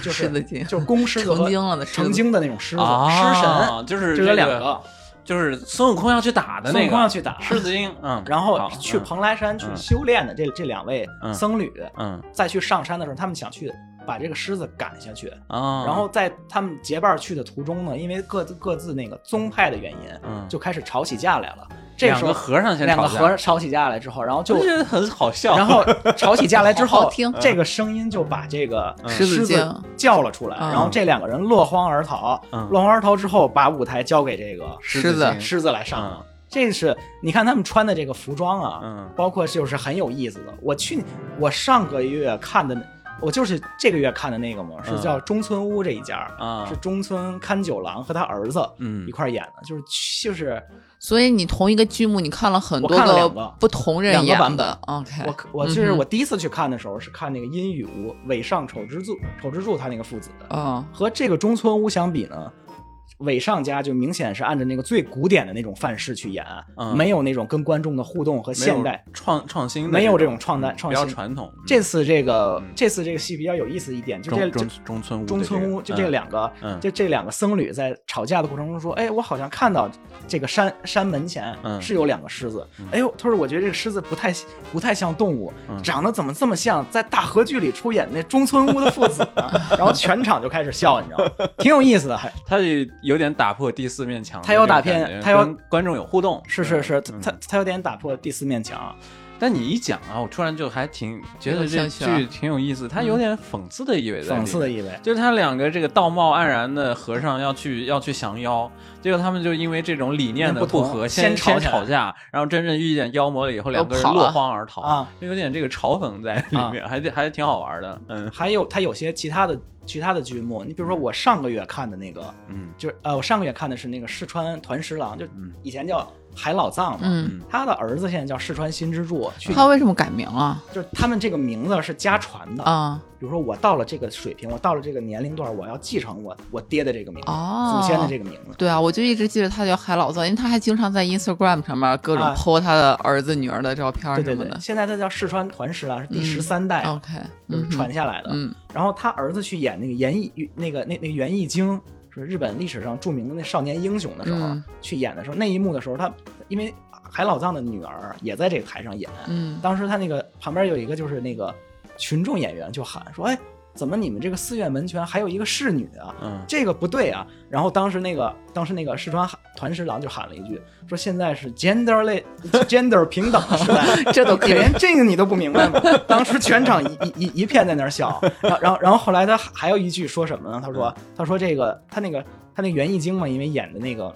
就狮子是精就是 公狮子和成精了的狮子成精的那种狮子，啊，狮神就是就这有两个，个，就是孙悟空要去打的那个，孙悟空要去打狮子精，嗯，然后好去嗯蓬莱山去嗯修炼的这这两位嗯僧侣，嗯再去上山的时候，他们想去把这个狮子赶下去。啊，然后在他们结伴去的途中呢，因为各自各自那个宗派的原因，嗯就开始吵起架来了。这时两个候和尚先两个吵架哎和尚吵起架来之后，然后就我觉得很好笑，然后吵起架来 之好后好听，这个声音就把这个嗯狮子精子叫了出来，嗯然后这两个人落荒而逃，嗯落荒而逃之后把舞台交给这个狮子狮子来上嗯了。这是你看他们穿的这个服装啊，嗯包括就是很有意思的。我去，我上个月看的，我就是这个月看的那个嘛，是嗯叫中村屋这一家，啊是中村勘九郎和他儿子嗯一块儿演的，就是就是所以你同一个剧目，你看了很多我看了两个不同人演两个版的本。哎 OK，我我就是嗯哼我第一次去看的时候是看那个阴雨屋尾上丑之助丑之助他那个父子，嗯，和这个中村屋相比呢，尾上家就明显是按照那个最古典的那种范式去演，嗯没有那种跟观众的互动和没有嗯现代。创创新的没有这种种嗯创诞创比较新传统。这嗯次这个、嗯这次这个戏比较有意思一点，就这中这中中村屋的中村屋嗯这就个这两个、嗯就这两个僧侣在吵架的过程中说，哎，我好像看到这个山山门前嗯是有两个狮子，哎呦，他说我觉得这个狮子不太不太像动物，嗯长得怎么这么像在大河剧里出演那中村屋的父子呢？ 然后全场就开始笑，你知道吗？ 挺有意思的，还他是有点打破第四面墙的他这有种打感偏觉他有跟观众有互动，是是是，他嗯他他有点打破第四面墙，但你一讲啊，我突然就还挺觉得有这兴趣啊剧挺有意思，它有点讽刺的意味在里嗯讽面。刺的意味。就是他两个这个道貌岸然的和尚要去要去降妖，结果他们就因为这种理念的不同合，先先吵起来哦吵架，然后真正遇见妖魔了以后，又两个人跑落了荒而逃啊，就有点这个嘲讽在里面，还还挺好玩的。嗯还有他有些其他的其他的剧目，你比如说我上个月看的那个，嗯就是呃，我上个月看的是那个四川团十郎，就嗯以前叫海老藏嘛，嗯他的儿子现在叫四川新之助，去他为什么改名了？就是他们这个名字是家传的。啊、比如说我到了这个水平，我到了这个年龄段，我要继承我我爹的这个名字，哦祖先的这个名字。对啊，我就一直记得他叫海老藏，因为他还经常在 Instagram 上面各种啊 PO 他的儿子、女儿的照片什对对么对的，。现在他叫四川团十郎，是第嗯十三代， OK，就是嗯哼传下来的。嗯然后他儿子去演那个演义那个那那个园艺精，是日本历史上著名的那少年英雄的时候，嗯去演的时候，那一幕的时候，他因为海老藏的女儿也在这个台上演，嗯，当时他那个旁边有一个就是那个群众演员就喊说：“哎，怎么你们这个寺院门前还有一个侍女啊？嗯这个不对啊！”然后当时那个当时那个四川喊团十郎就喊了一句：“说现在是 gender 类 gender 平等的时代， 这都可以连这个你都不明白吗？”当时全场一一一一片在那儿笑，然后然后然后后来他还有一句说什么呢？他说：“他说这个他那个他那园艺精嘛，因为演的那个。”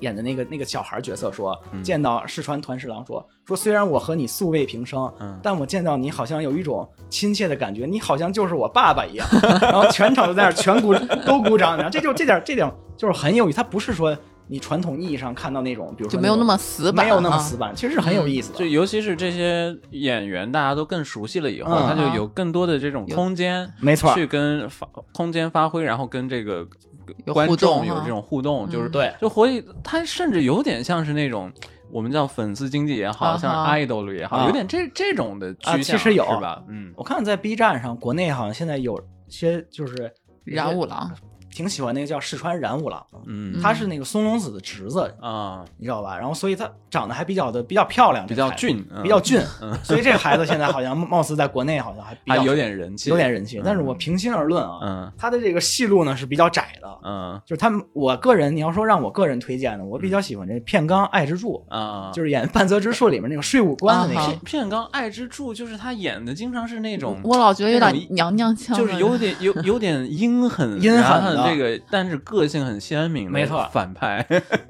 演的那个那个小孩角色说，嗯见到四川团十郎说说，虽然我和你素未平生，嗯但我见到你好像有一种亲切的感觉，你好像就是我爸爸一样。 然后全场都在那儿全鼓都鼓掌，然后这就这点这点就是很有意思，他不是说你传统意义上看到那种，比如说就没有那种么死板、啊，没有那么死板，其实是很有意思的。就尤其嗯是这些演员，大家都更熟悉了以后，嗯他就有更多的这种有空间，没错去跟发空间发挥，然后跟这个有观互动众有哈这种互动，就是嗯对就所以他甚至有点像是那种我们叫粉丝经济也好啊哈像 idol 也好，啊有点这这种的趋向，啊其实有是吧？嗯我看在 B 站上，国内好像现在有些就是染五郎，挺喜欢那个叫四川染五郎，嗯他是那个松隆子的侄子，嗯啊，你知道吧？然后所以她长得还比较的比较漂亮，比这较个孩子俊，嗯比较俊，所以这个孩子现在好像貌似在国内好像还比还较有点人气，有点人气嗯。但是我平心而论啊，嗯他的这个戏路呢是比较窄的，嗯就是他们我个人你要说让我个人推荐的，我比较喜欢这片冈爱之助，啊，就是演《半泽直树》里面那个税务官的那啊个哈。片冈爱之助，就是他演的经常是那种。我老觉得有那种点娘娘腔，啊就是有点有有点阴狠，阴狠然后的这个，但是个性很鲜明的没错反派，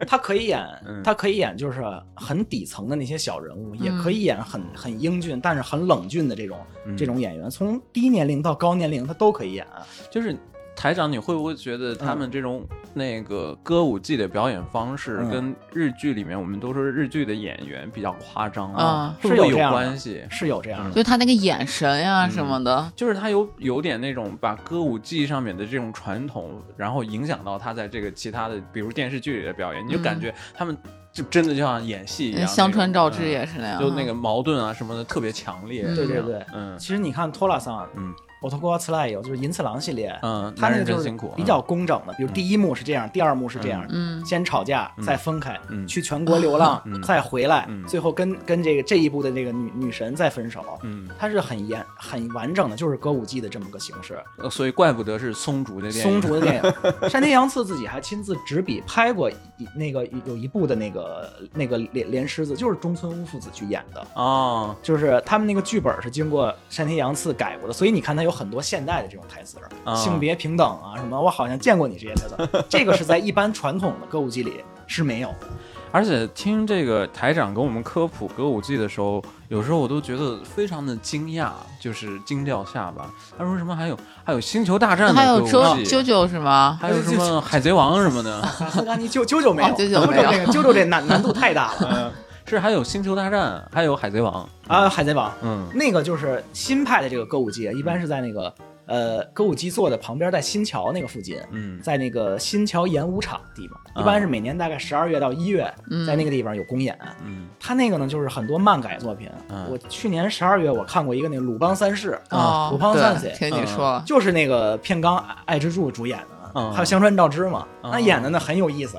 他可以演嗯，他可以演就是很底层的那些小人物，也嗯可以演很很英俊，但是很冷峻的这种嗯这种演员，从低年龄到高年龄，他都可以演。就是台长，你会不会觉得他们这种那个歌舞伎的表演方式嗯跟日剧里面，我们都说日剧的演员比较夸张啊会不是会有这样的关系？是有这样的。就他那个眼神呀、嗯什么的，就是他有有点那种把歌舞伎上面的这种传统，然后影响到他在这个其他的，比如电视剧里的表演，你就嗯感觉他们就真的就像演戏一样那种，香川照之嗯也是那样，啊就那个矛盾啊什么的特别强烈，嗯这样对对对嗯其实你看托拉桑，啊嗯， o t o k o w a t s u l a 有，就是银次郎系列，嗯，他男那个人就真是辛苦，比较工整的，比如第一幕是这样，第二幕是这样，嗯嗯先吵架，嗯再分开，嗯去全国流浪，嗯再回来，嗯最后跟跟这个这一部的这个女女神再分手，嗯，它是很严很完整的，就是歌舞伎的这么个形式。呃所以怪不得是松竹的电松影，竹的电 影，山田洋次自己还亲自执笔拍过一那个有一部的那个那个连连狮子，就是中村屋父子去演的。哦，就是他们那个剧本是经过山田洋次改过的，所以你看他有很多现代的这种台词儿，啊性别平等啊什么，我好像见过你这些台词 儿，这个是在一般传统的歌舞伎里是没有的。而且听这个台长给我们科普歌舞伎的时候，有时候我都觉得非常的惊讶，就是惊掉下巴。他说什么还有还有星球大战还的有歌周舞啾伎，啾是吗？还有什么海贼王什么的， 斯甘尼啾啾啾没有，哦啾啾啾啾没有嗯这个啾啾这难难度太大了是还有星球大战，还有海贼王，啊！海贼王嗯那个就是新派的这个歌舞伎，一般是在那个呃歌舞伎座的旁边，在新桥那个附近，嗯在那个新桥演武场地方，啊一般是每年大概十二月到一月，嗯在那个地方有公演。嗯他那个呢，就是很多漫改作品。嗯我去年十二月我看过一个那个《鲁邦三世》哦，鲁邦三世对，》听你说了，就是那个片冈爱之助主演的，嗯还有香川照之嘛，嗯那演的呢很有 意思，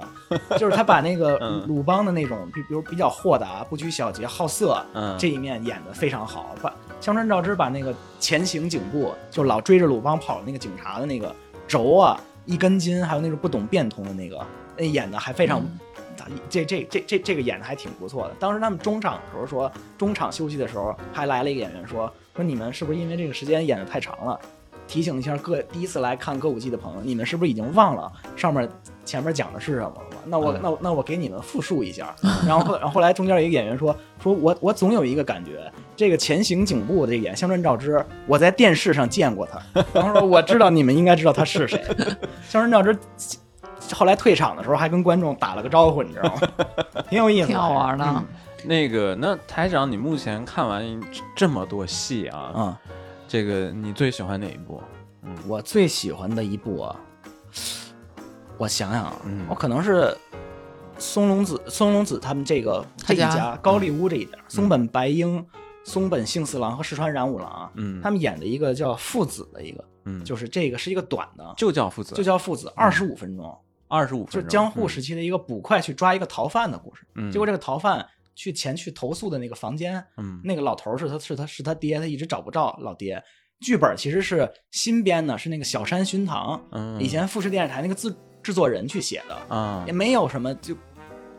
就是他把那个嗯鲁邦的那种，比比如比较豁达、不拘小节、好色嗯这一面演的非常好，把香川照之把那个前行警部，就老追着鲁邦跑的那个警察的那个轴啊、一根筋，还有那种不懂变通的那个，那演的还非常。嗯这这这这这个演的还挺不错的。当时他们中场的时候说，中场休息的时候还来了一个演员说说你们是不是因为这个时间演的太长了，提醒一下各第一次来看歌舞伎的朋友，你们是不是已经忘了上面前面讲的是什么了？那我、那我那我给你们复述一下。 然后后然后后来中间有一个演员说说我我总有一个感觉，这个前行警部的这个演香川照之，我在电视上见过他， 然后说我知道你们应该知道他是谁。 香川照之后来退场的时候还跟观众打了个招呼，你知道吗？ 挺有意思，挺好玩的。那个那台长，你目前看完这么多戏啊，啊、这个你最喜欢哪一部？我最喜欢的一部啊，我想想啊，嗯我可能是松隆子、松隆子他们这个这他一家家高丽屋这一家，松本白英、松本幸四郎和石川染五郎啊，嗯他们演的一个叫父子的一个，嗯，就是这个是一个短的，就叫父子，就叫父子，二十五分钟，二十五就分是钟，江户时期的一个捕快去抓一个逃犯的故事。嗯结果这个逃犯去前去投诉的那个房间，嗯那个老头儿是他是他是他爹，他一直找不着老爹。剧本其实是新编的，是那个小山薰堂，嗯以前富士电视台那个制制作人去写的，啊也没有什么就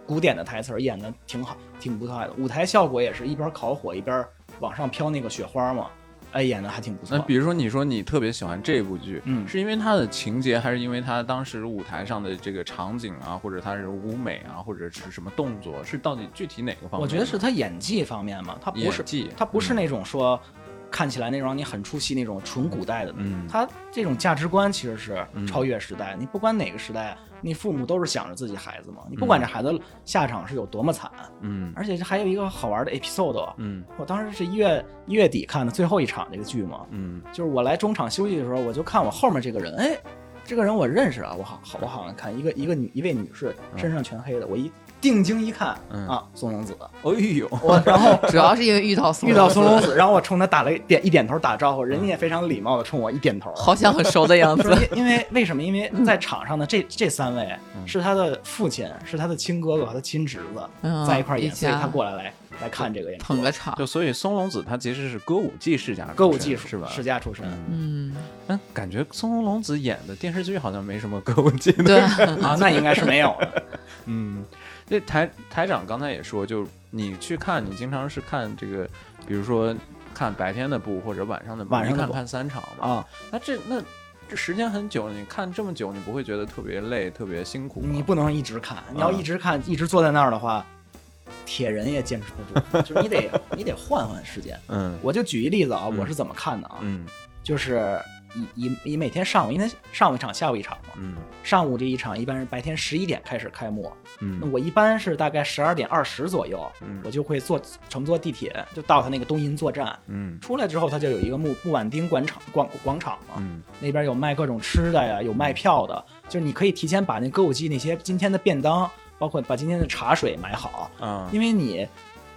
古典的台词儿，演的挺好，挺不错的。舞台效果也是一边烤火一边往上飘那个雪花嘛，哎，演的还挺不错那。比如说，你说你特别喜欢这部剧，嗯是因为它的情节，还是因为它当时舞台上的这个场景啊，或者它是舞美啊，或者是什么动作，是到底具体哪个方面？我觉得是他演技方面嘛，他不演是技他不是嗯那种说看起来那种让你很出戏那种纯古代的，嗯他这种价值观其实是超越时代。你不管哪个时代，你父母都是想着自己孩子嘛，你不管这孩子下场是有多么惨，嗯而且这还有一个好玩的 episode 啊。嗯我当时是一月一月底看的最后一场这个剧嘛，嗯就是我来中场休息的时候，我就看我后面这个人，哎，这个人我认识啊，我好好我好像看一个一个女一位女士身上全黑的，我一定睛一看、嗯啊，松隆子，哎呦，我然后主要是因为遇到松遇到松隆子，然后我冲他打了一点一点头打招呼，人家也非常礼貌的冲我一点头。好嗯像很熟的样 我子说，因因为为什么？因为在场上的这这三位嗯是他的父亲，是他的亲哥哥和他亲侄子嗯在一块儿演，一所以家他过来来来看这个演出捧。个场就。所以松隆子他其实是歌舞伎世家出身，歌舞技术是吧？世家出身，嗯， 但感觉松隆子演的电视剧好像没什么歌舞伎的对，啊，那应该是没有的。 嗯，那台台长刚才也说，就是你去看，你经常是看这个，比如说看白天的部或者晚上的部，晚上一的看部看三场嘛。啊，那这那这时间很久，你看这么久，你不会觉得特别累、特别辛苦吗？你不能一直看，你要嗯一直看，一直坐在那儿的话，铁人也坚持不住。就是你得你得换换时间。嗯我就举一例子啊，嗯我是怎么看的啊？嗯就是以以以每天上午，因为上午一场，下午一场嘛。嗯上午这一场一般是白天十一点开始开幕，那嗯我一般是大概十二点二十左右，嗯我就会坐乘坐地铁就到他那个东银坐站。嗯出来之后，他就有一个木木碗町广场广广场嘛，嗯那边有卖各种吃的呀，有卖票的，就是你可以提前把那歌舞伎那些今天的便当，包括把今天的茶水买好，啊因为你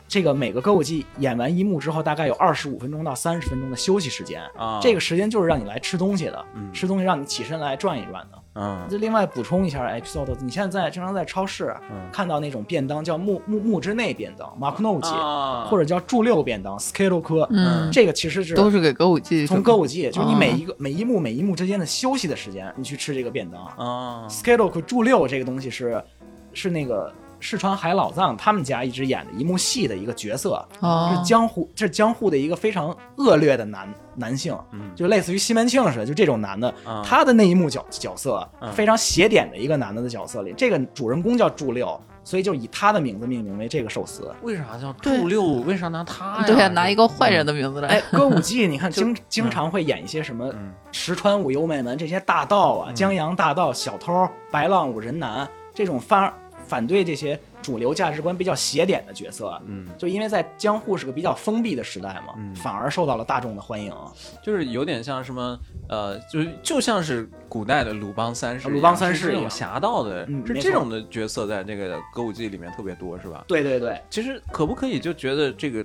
这个每个歌舞伎演完一幕之后，大概有二十五分钟到三十分钟的休息时间，啊，这个时间就是让你来吃东西的，嗯吃东西让你起身来转一转的。嗯这另外补充一下 episode，你现在在经常在超市啊嗯看到那种便当叫木木木之内便当 m a k n o j i 啊，或者叫柱六便当 s k i l o k 嗯，这个其实是都是给歌舞伎从歌舞伎，就是你啊每一个每一幕每一幕之间的休息的时间，你去吃这个便当。啊 s k i l o k 柱六这个东西是是那个世川海老藏他们家一直演的一幕戏的一个角色，哦是，江户，这是江户的一个非常恶劣的男男性，嗯就类似于西门庆似的，就这种男的，啊他的那一幕角角色嗯非常邪典的一个男的的角色里，这个主人公叫祝六，所以就以他的名字命名为这个寿司。为啥叫对祝六？为啥拿他呀？啊对呀，啊拿一个坏人的名字 哎来，，歌舞伎你看经经常会演一些什么嗯石川五优美门这些大盗啊，江洋大盗、小偷、白浪五人男这种反反对这些主流价值观比较邪典的角色，嗯，就因为在江户是个比较封闭的时代嘛，嗯反而受到了大众的欢迎。就是有点像什么呃，就是就像是古代的鲁邦三世一样，鲁邦三世是这一种样侠盗的，嗯是没这错种的角色在这个歌舞伎里面特别多，是吧？对对对，其实可不可以就觉得这个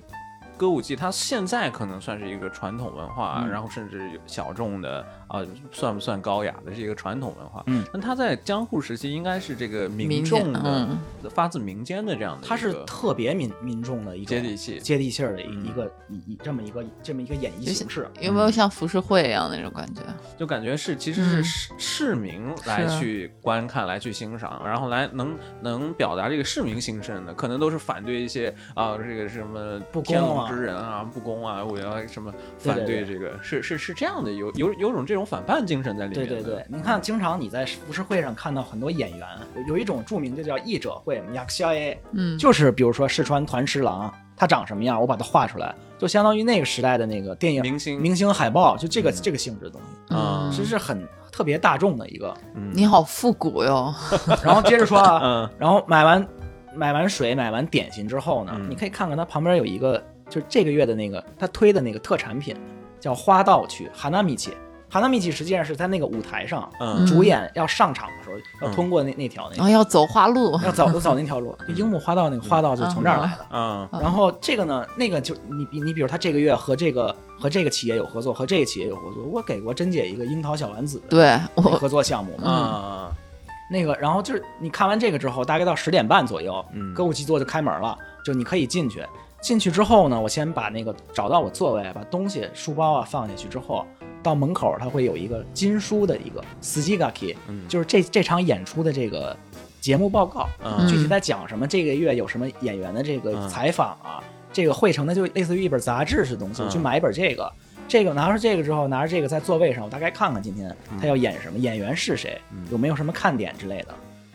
歌舞伎它现在可能算是一个传统文化，嗯然后甚至有小众的啊、算不算高雅的是一个传统文化？嗯，但它在江户时期应该是这个民民众间的，嗯发自民间的这样的一个，它是特别民民众的一种接地气接地气儿的嗯一一个一一这么一个这么一个演绎形式。有没有像浮世绘一样那种感觉？就感觉是其实是嗯市市民来是啊去观看、来去欣赏，然后来能能表达这个市民心声的，可能都是反对一些啊、这个什么不公天啊伦之人啊不公啊，我要什么对反对对这个是是是这样的，有有有种这种反叛精神在里对面对的。对，你看，经常你在浮世绘上看到很多演员，有有一种著名就叫译者会 y a k s h a 嗯，就是比如说世川团十郎，他长什么样，我把它画出来，就相当于那个时代的那个电影明星明星海报，就这个嗯这个性质的东西，啊嗯，其实是很特别大众的一个。你好复古哟，然后接着说 啊，嗯然后买完买完水、买完点心之后呢，嗯你可以看看它旁边有一个，就是这个月的那个他推的那个特产品，叫花道区哈娜米奇。哈娜米奇实际上是在那个舞台上，嗯主演要上场的时候嗯要通过那、那条那然后要走花路，要走就走那条路，就樱木花道那个花道就从这儿来的。嗯嗯然后这个呢，那个就你比你比如他这个月和这个和这个企业有合作，和这个企业有合作，我给过珍姐一个樱桃小丸子的对那我合作项目嘛，啊那个，然后就是你看完这个之后，大概到十点半左右，嗯歌舞伎座就开门了，就你可以进去。进去之后呢，我先把那个找到我座位，把东西、书包啊放下去之后，到门口它会有一个金书的一个 s i g a k i 嗯就是这这场演出的这个节目报告，嗯具体在讲什么，这个月有什么演员的这嗯个采访啊，这个汇成的就类似于一本杂志似的东西，嗯我去买一本这个。这个拿出这个之后，拿着这个在座位上，我大概看看今天他要演什么，演员是谁，嗯有没有什么看点之类的。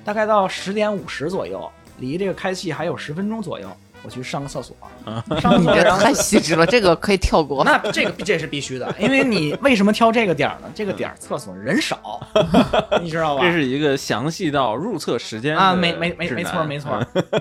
大概到十点五十左右，离这个开戏还有十分钟左右，我去上个厕所，嗯上个厕你所，这然后太细致了，这个可以跳过。那这个这是必须的，因为你为什么挑这个点儿呢？这个点儿厕所 人少，你知道吧？这是一个详细到入厕时间啊，的没没没指没错南啊没错。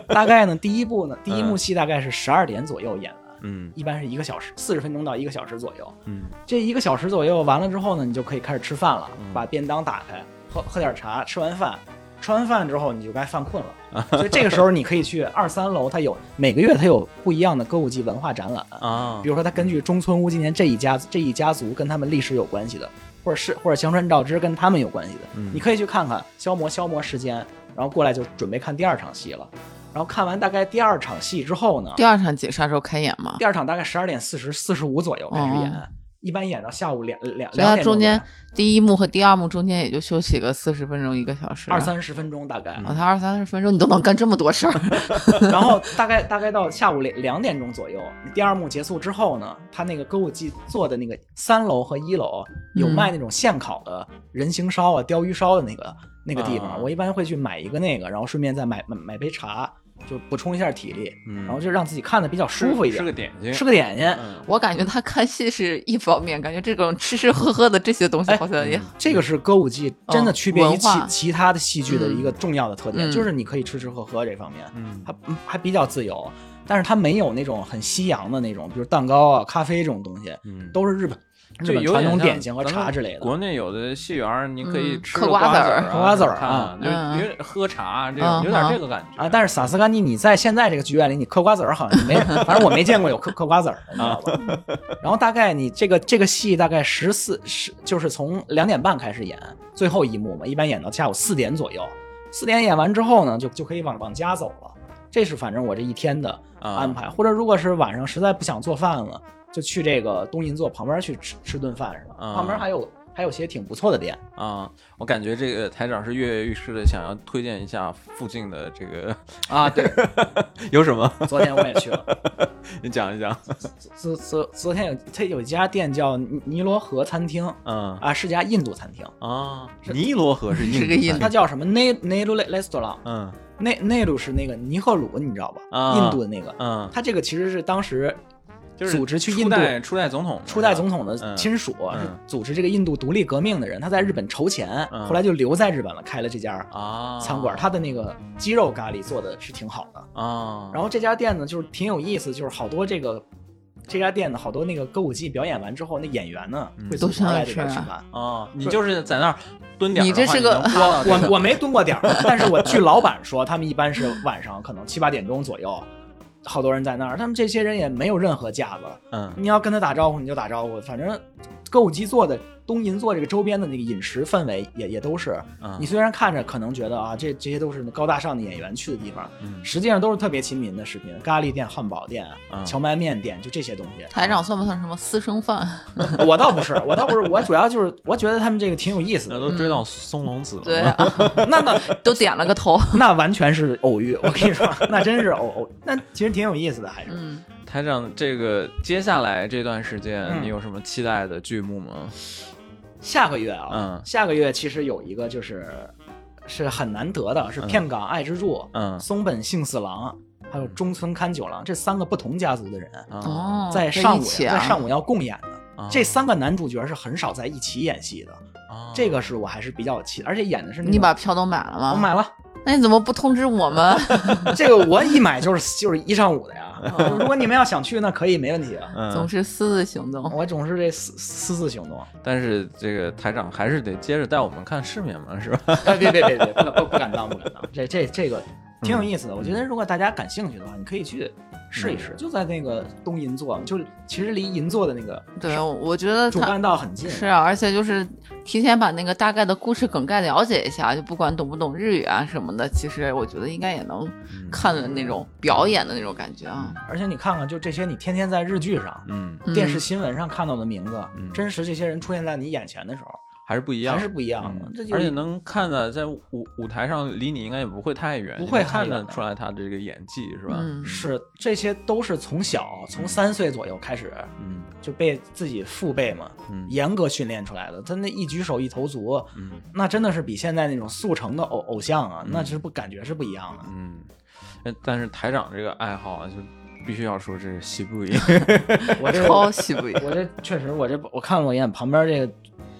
大概呢，第一 部呢，第一幕戏大概是十二点左右演完，嗯一般是一个小时，四十分钟到一个小时左右。嗯这一个小时左右完了之后呢，你就可以开始吃饭了嗯，把便当打开，喝喝点茶，吃完饭。吃完饭之后，你就该犯困了，所以这个时候你可以去二三楼，它有每个月它有不一样的歌舞伎文化展览，啊比如说它根据中村屋今年这一家这一家族跟他们历史有关系的，或者是或者香川照之跟他们有关系的，嗯你可以去看看，消磨消磨时间，然后过来就准备看第二场戏了。然后看完大概第二场戏之后呢，第二场几啥时候开演嘛？第二场大概十二点四十四十五左右开始演，一般演到下午两两哦所以它两点钟中间第一幕和第二幕中间也就休息个四十分钟一个小时，二三十分钟大概，哦，他二三十分钟你都能干这么多事儿， 然后大概大概到下午两两点钟左右，第二幕结束之后呢，他那个歌舞伎座的那个三楼和一楼有卖那种现烤的人形烧啊、鲷鱼烧的那个那个地啊方，我一般会去买一个那个，然后顺便再买买买杯茶，就补充一下体力，嗯然后就让自己看的比较舒服一点是，个点心，吃个点心。嗯我感觉他看戏是一方面，感觉这种吃吃喝喝的这些东西哎好像也、这个是歌舞伎真嗯的区别于文其、化其他的戏剧的一个重要的特点，嗯就是你可以吃吃喝喝这方面。嗯它嗯还比较自由， 但是它没有那种很西洋的那种，比如蛋糕啊、咖啡这种东西，嗯都是日本日本就有传点统像点心和咱们茶之类的。国内有的戏园儿，你可以嗯吃嗑个瓜子子儿啊嗑瓜子儿看啊就嗯有点喝茶这嗯种，有点好这个感觉啊，但是萨斯甘尼，你在现在这个剧院里，你嗑瓜子儿好像没，反正我没见过有嗑嗑瓜子儿的，你知道吧？ 然后大概你这个这个戏大概十四十，就是从两点半开始演，最后一幕嘛，一般演到下午四点左右。四点演完之后呢，就就可以往往家走了。这是反正我这一天的啊安排，或者如果是晚上实在不想做饭了，就去这个东银座旁边去吃吃顿饭什么，啊旁边还有还有些挺不错的店。啊。我感觉这个台长是跃跃欲试的，想要推荐一下附近的这个 啊，对，有什么， 昨天我也去了。你讲 一讲。昨昨昨天有他有一家店叫尼尼罗河餐厅嗯啊，是家印度餐厅，啊，尼罗河是是个印印度度菜，它叫什么内内鲁 restaurant，嗯内内鲁是那个尼赫鲁，你知道吧？啊印度的那个，嗯，它这个其实是当时就是组织去初印度代初代总统，初代总统的嗯亲属，嗯是组织这个印度独立革命的人，他在日本筹钱，嗯后来就留在日本了，开了这家啊餐馆，他的那个鸡肉咖喱做的是挺好的。啊，然后这家店呢，就是挺有意思，就是好多这个这家店的好多那个歌舞伎表演完之后，那演员呢嗯会组团来这边都上来吃吃啊饭。啊，你就是在那儿蹲点儿你的话，这是个能刮到这 我我没蹲过点儿， 但是我据老板说，他们一般是晚上可能七八点钟左右，好多人在那儿，他们这些人也没有任何架子，嗯你要跟他打招呼你就打招呼，反正歌舞伎座的东银座这个周边的那个饮食氛围也也都是，嗯你虽然看着可能觉得啊，这这些都是高大上的演员去的地方，嗯实际上都是特别亲民的食品，咖喱店、汉堡店、嗯荞麦面店，就这些东西。台长算不算什么私生 饭？我倒不是，我倒不是，我主要就是我觉得他们这个挺有意思那 的，都追到松隆子了，嗯对啊， 那那都点了个头。那完全是偶遇，我跟你说，那真是偶偶，那其实挺有意思的，还是。嗯，台长，这个接下来这段时间嗯你有什么期待的剧目吗？下个月啊，嗯下个月其实有一个就是是很难得的，是片冈爱之助、嗯松本幸四郎还有中村勘九郎这三个不同家族的人，啊哦，在上午一起在啊，上午要共演的。啊这三个男主角是很少在一起演戏的，啊这个是我还是比较期，而且演的是那个你把票都买了吗？我买了，那你怎么不通知我们？这个我一买就是就是一上午的 呀。如果你们要想去，那可以没问题。啊 总嗯，是私自行动。我总是这私私自行动，但是这个台长还是得接着带我们看世面嘛，是 吧？ 哎，别别别别，不不不敢当，不敢当。这这这个挺有意思的，我觉得如果大家感兴趣的话，你可以去试一试，就在那个东银座，就是其实离银座的那个对，我我觉得主他干道很近。是啊，而且就是提前把那个大概的故事梗概了解一下，就不管懂不懂日语啊什么的，其实我觉得应该也能嗯看的那种表演的那种感觉啊。 而且你看看，就这些你天天在日剧上、嗯，嗯电视新闻上看到的名字嗯，真实这些人出现在你眼前的时候，还是不一样，还是不一样的嗯。这就而且是能看的在舞舞台上离你应该也不会太远，不会你能太看远得出来他这个演技是吧？嗯，是这些都是从小从三岁左右开始嗯就被自己父辈嘛嗯严格训练出来的，他那一举手一投足，嗯那真的是比现在那种速成的偶偶像啊，那是不感觉是不一 样的。嗯，呃但是台长这个爱好啊，就必须要说这个西部音，我这超喜不一我这确实，我这我看了我一眼，旁边这个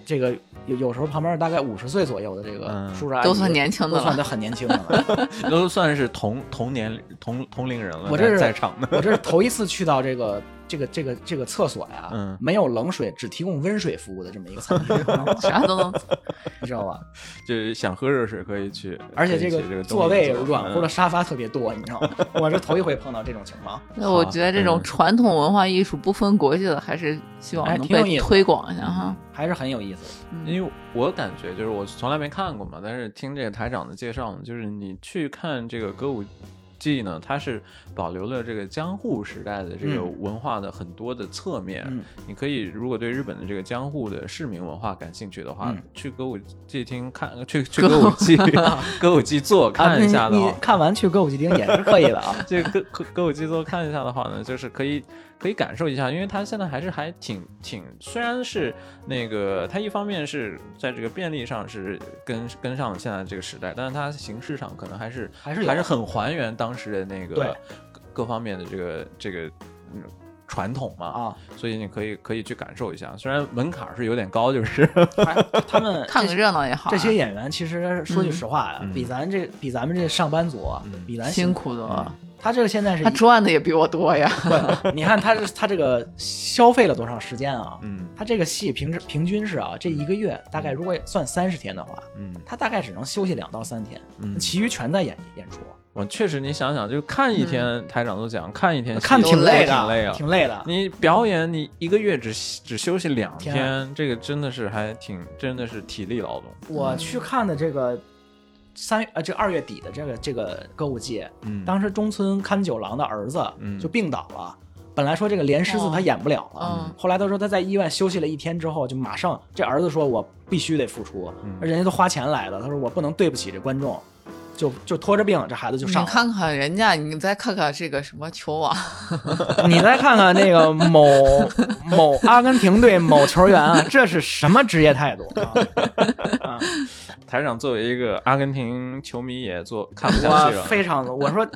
这个有有时候旁边大概五十岁左右的这个嗯叔叔阿姨都算年轻的都算了得很年 轻的了。 都算是同同年龄同同龄人了，我这是在在场的。我这是头一次去到这个这个这个这个厕所呀，嗯没有冷水，只提供温水服务的这么一个餐 厅，啥都 能。你知道吧？就是想喝热水可以去，而且可这以去个这个座位东西嗯软乎的沙发特别多，你知道吗？我是头一回碰到这种情况。那我觉得这种传统文化艺术不分国界的，还是希望哎能挺有意被思推广一下哈。还是很有意思嗯因为我感觉就是我从来没看过嘛，但是听这个台长的介绍呢，就是你去看这个歌舞伎呢，它是保留了这个江户时代的这个嗯文化的很多的侧面。嗯你可以如果对日本的这个江户的市民文化感兴趣的话，嗯去歌舞伎厅看，去去歌舞 伎歌舞伎座看一下啊你的你话，看完去歌舞伎町也是可以的啊。这个歌歌歌舞伎座看一下的话呢，就是可以可以感受一下，因为它现在还是还挺挺，虽然是那个它一方面是在这个便利上是跟跟上了现在这个时代，但是它形式上可能还是还是有还是很还原当时的那个对各各方面的这个这个嗯传统嘛，啊，所以你可以可以去感受一下，虽然门槛儿是有点高，就是反正他们 看个热闹也好啊。这些演员其实说句实话呀，嗯比咱这比咱们这上班族啊，嗯比咱辛苦的，他这个现在是他赚的也比我多呀。不，你看他这他这个消费了多长时间啊？嗯他这个戏平时平均是啊，这一个月大概如果算三十天的话，嗯他大概只能休息两到三天，嗯，其余全在演演出， 我确实你想想，就看一天台长都讲，看一天嗯看戏挺都累挺累的，啊。挺累的。你表演你一个月只只休息两天啊天，这个真的是还挺真的是体力劳动。我去看的这个三呃这二月底的这个这个歌舞伎，嗯，当时中村勘九郎的儿子嗯就病倒了，本来说这个连狮子他演不了了，嗯后来他说他在医院休息了一天之后，就马上这儿子说我必须得复出，嗯人家都花钱来的，他说我不能对不起这观众，就就拖着病这孩子就你上了。看看人家，你再看看这个什么球王， 你再看看那个某 某阿根廷队某球员啊，这是什么职业态度 啊？啊台长作为一个阿根廷球迷也做看不下去我 了。非常，我说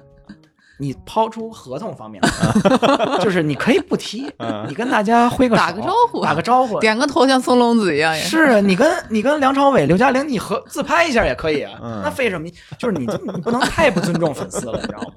你抛出合同方面， 就是你可以不踢，嗯你跟大家挥个手打个招呼打个招呼。点个头像松隆子一样呀。是你跟你跟梁朝伟、刘嘉玲，你合自拍一下也可以啊。嗯那为什么？就是你你不能太不尊重粉丝了，你知道吗？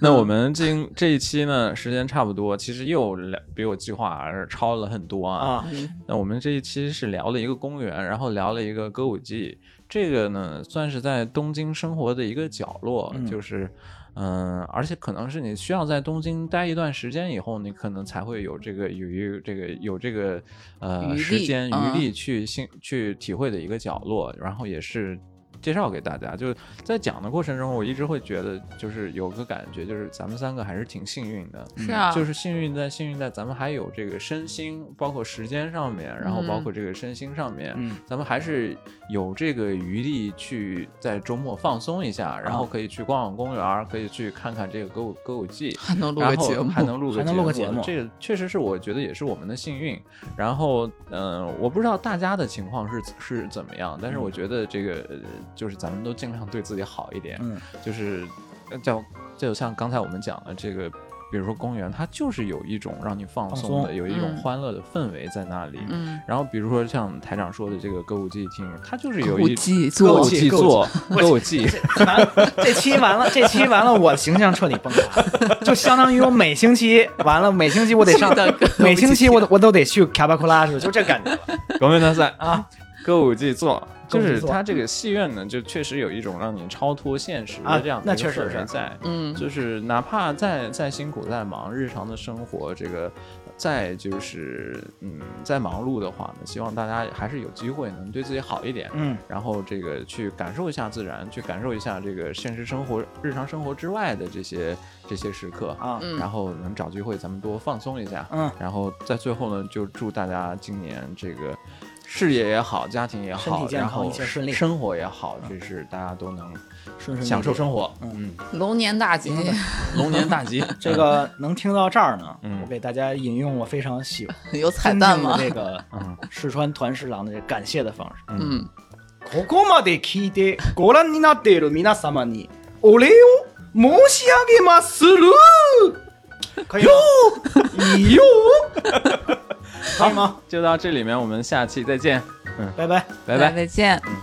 那我们今这一期呢，时间差不多，其实又聊比我计划而超了很多啊。啊，那我们这一期是聊了一个公园，然后聊了一个歌舞伎，这个呢算是在东京生活的一个角落，嗯就是。嗯，而且可能是你需要在东京待一段时间以后，你可能才会有这个有一这个有这个余呃地时间嗯余力去兴、去体会的一个角落，然后也是介绍给大家。就是在讲的过程中，我一直会觉得就是有个感觉，就是咱们三个还是挺幸运的，是啊，就是幸运在幸运在咱们还有这个身心，包括时间上面，然后包嗯括这个身心上面，嗯咱们还是有这个余力去在周末放松一下，然啊后可以去逛逛公园儿，可以去看看这个歌舞歌舞伎。还能录然个后节目，还能录个还能录个节目这个确实是我觉得也是我们的幸运。然后，嗯、我不知道大家的情况是是怎么样，但嗯是我觉得这个、呃就是咱们都尽量对自己好一点。嗯，就是呃叫就像刚才我们讲的这个，比如说公园，它就是有一种让你放放松的，松有一种嗯欢乐的氛围在那里。嗯，然后比如说像台长说的这个歌舞伎厅，它就是有古一迹歌做舞伎座、 歌舞伎，完这期完了，这期完了，我形象彻底崩塌，就相当于我每星期完了，每星期我得上 是的歌舞，伎 每星期我都我都得去卡巴库拉去，就这感 觉了。国民大赛啊，歌舞伎座。就歌舞是伎座它这个戏院呢，就确实有一种让你超脱现实的啊这样的那一个确实氛围是在，嗯，就是哪怕再再辛苦再忙，日常的生活这个再就是嗯再忙碌的话呢，希望大家还是有机会能对自己好一点，嗯，然后这个去感受一下自然，去感受一下这个现实生活、日常生活之外的这些这些时刻啊嗯然后能找机会咱们多放松一下，嗯，然后在最后呢，就祝大家今年这个。事业也好，家庭也身好，体健然康后一切顺利嗯生活也好，就是大家都能顺顺利利享受生活。嗯嗯，龙年大 吉，龙年大吉。这个能听到这儿呢，嗯我给大家引用我非常喜欢有彩蛋吗？这个 嗯四川团十郎的这个感谢的方式。嗯嗯，ここまで聞いてご覧になっている皆様にお礼を申し上げまする。 可以吗？哟，可以吗？ 就到这里面，我们下期再见，拜拜。拜拜。再见。嗯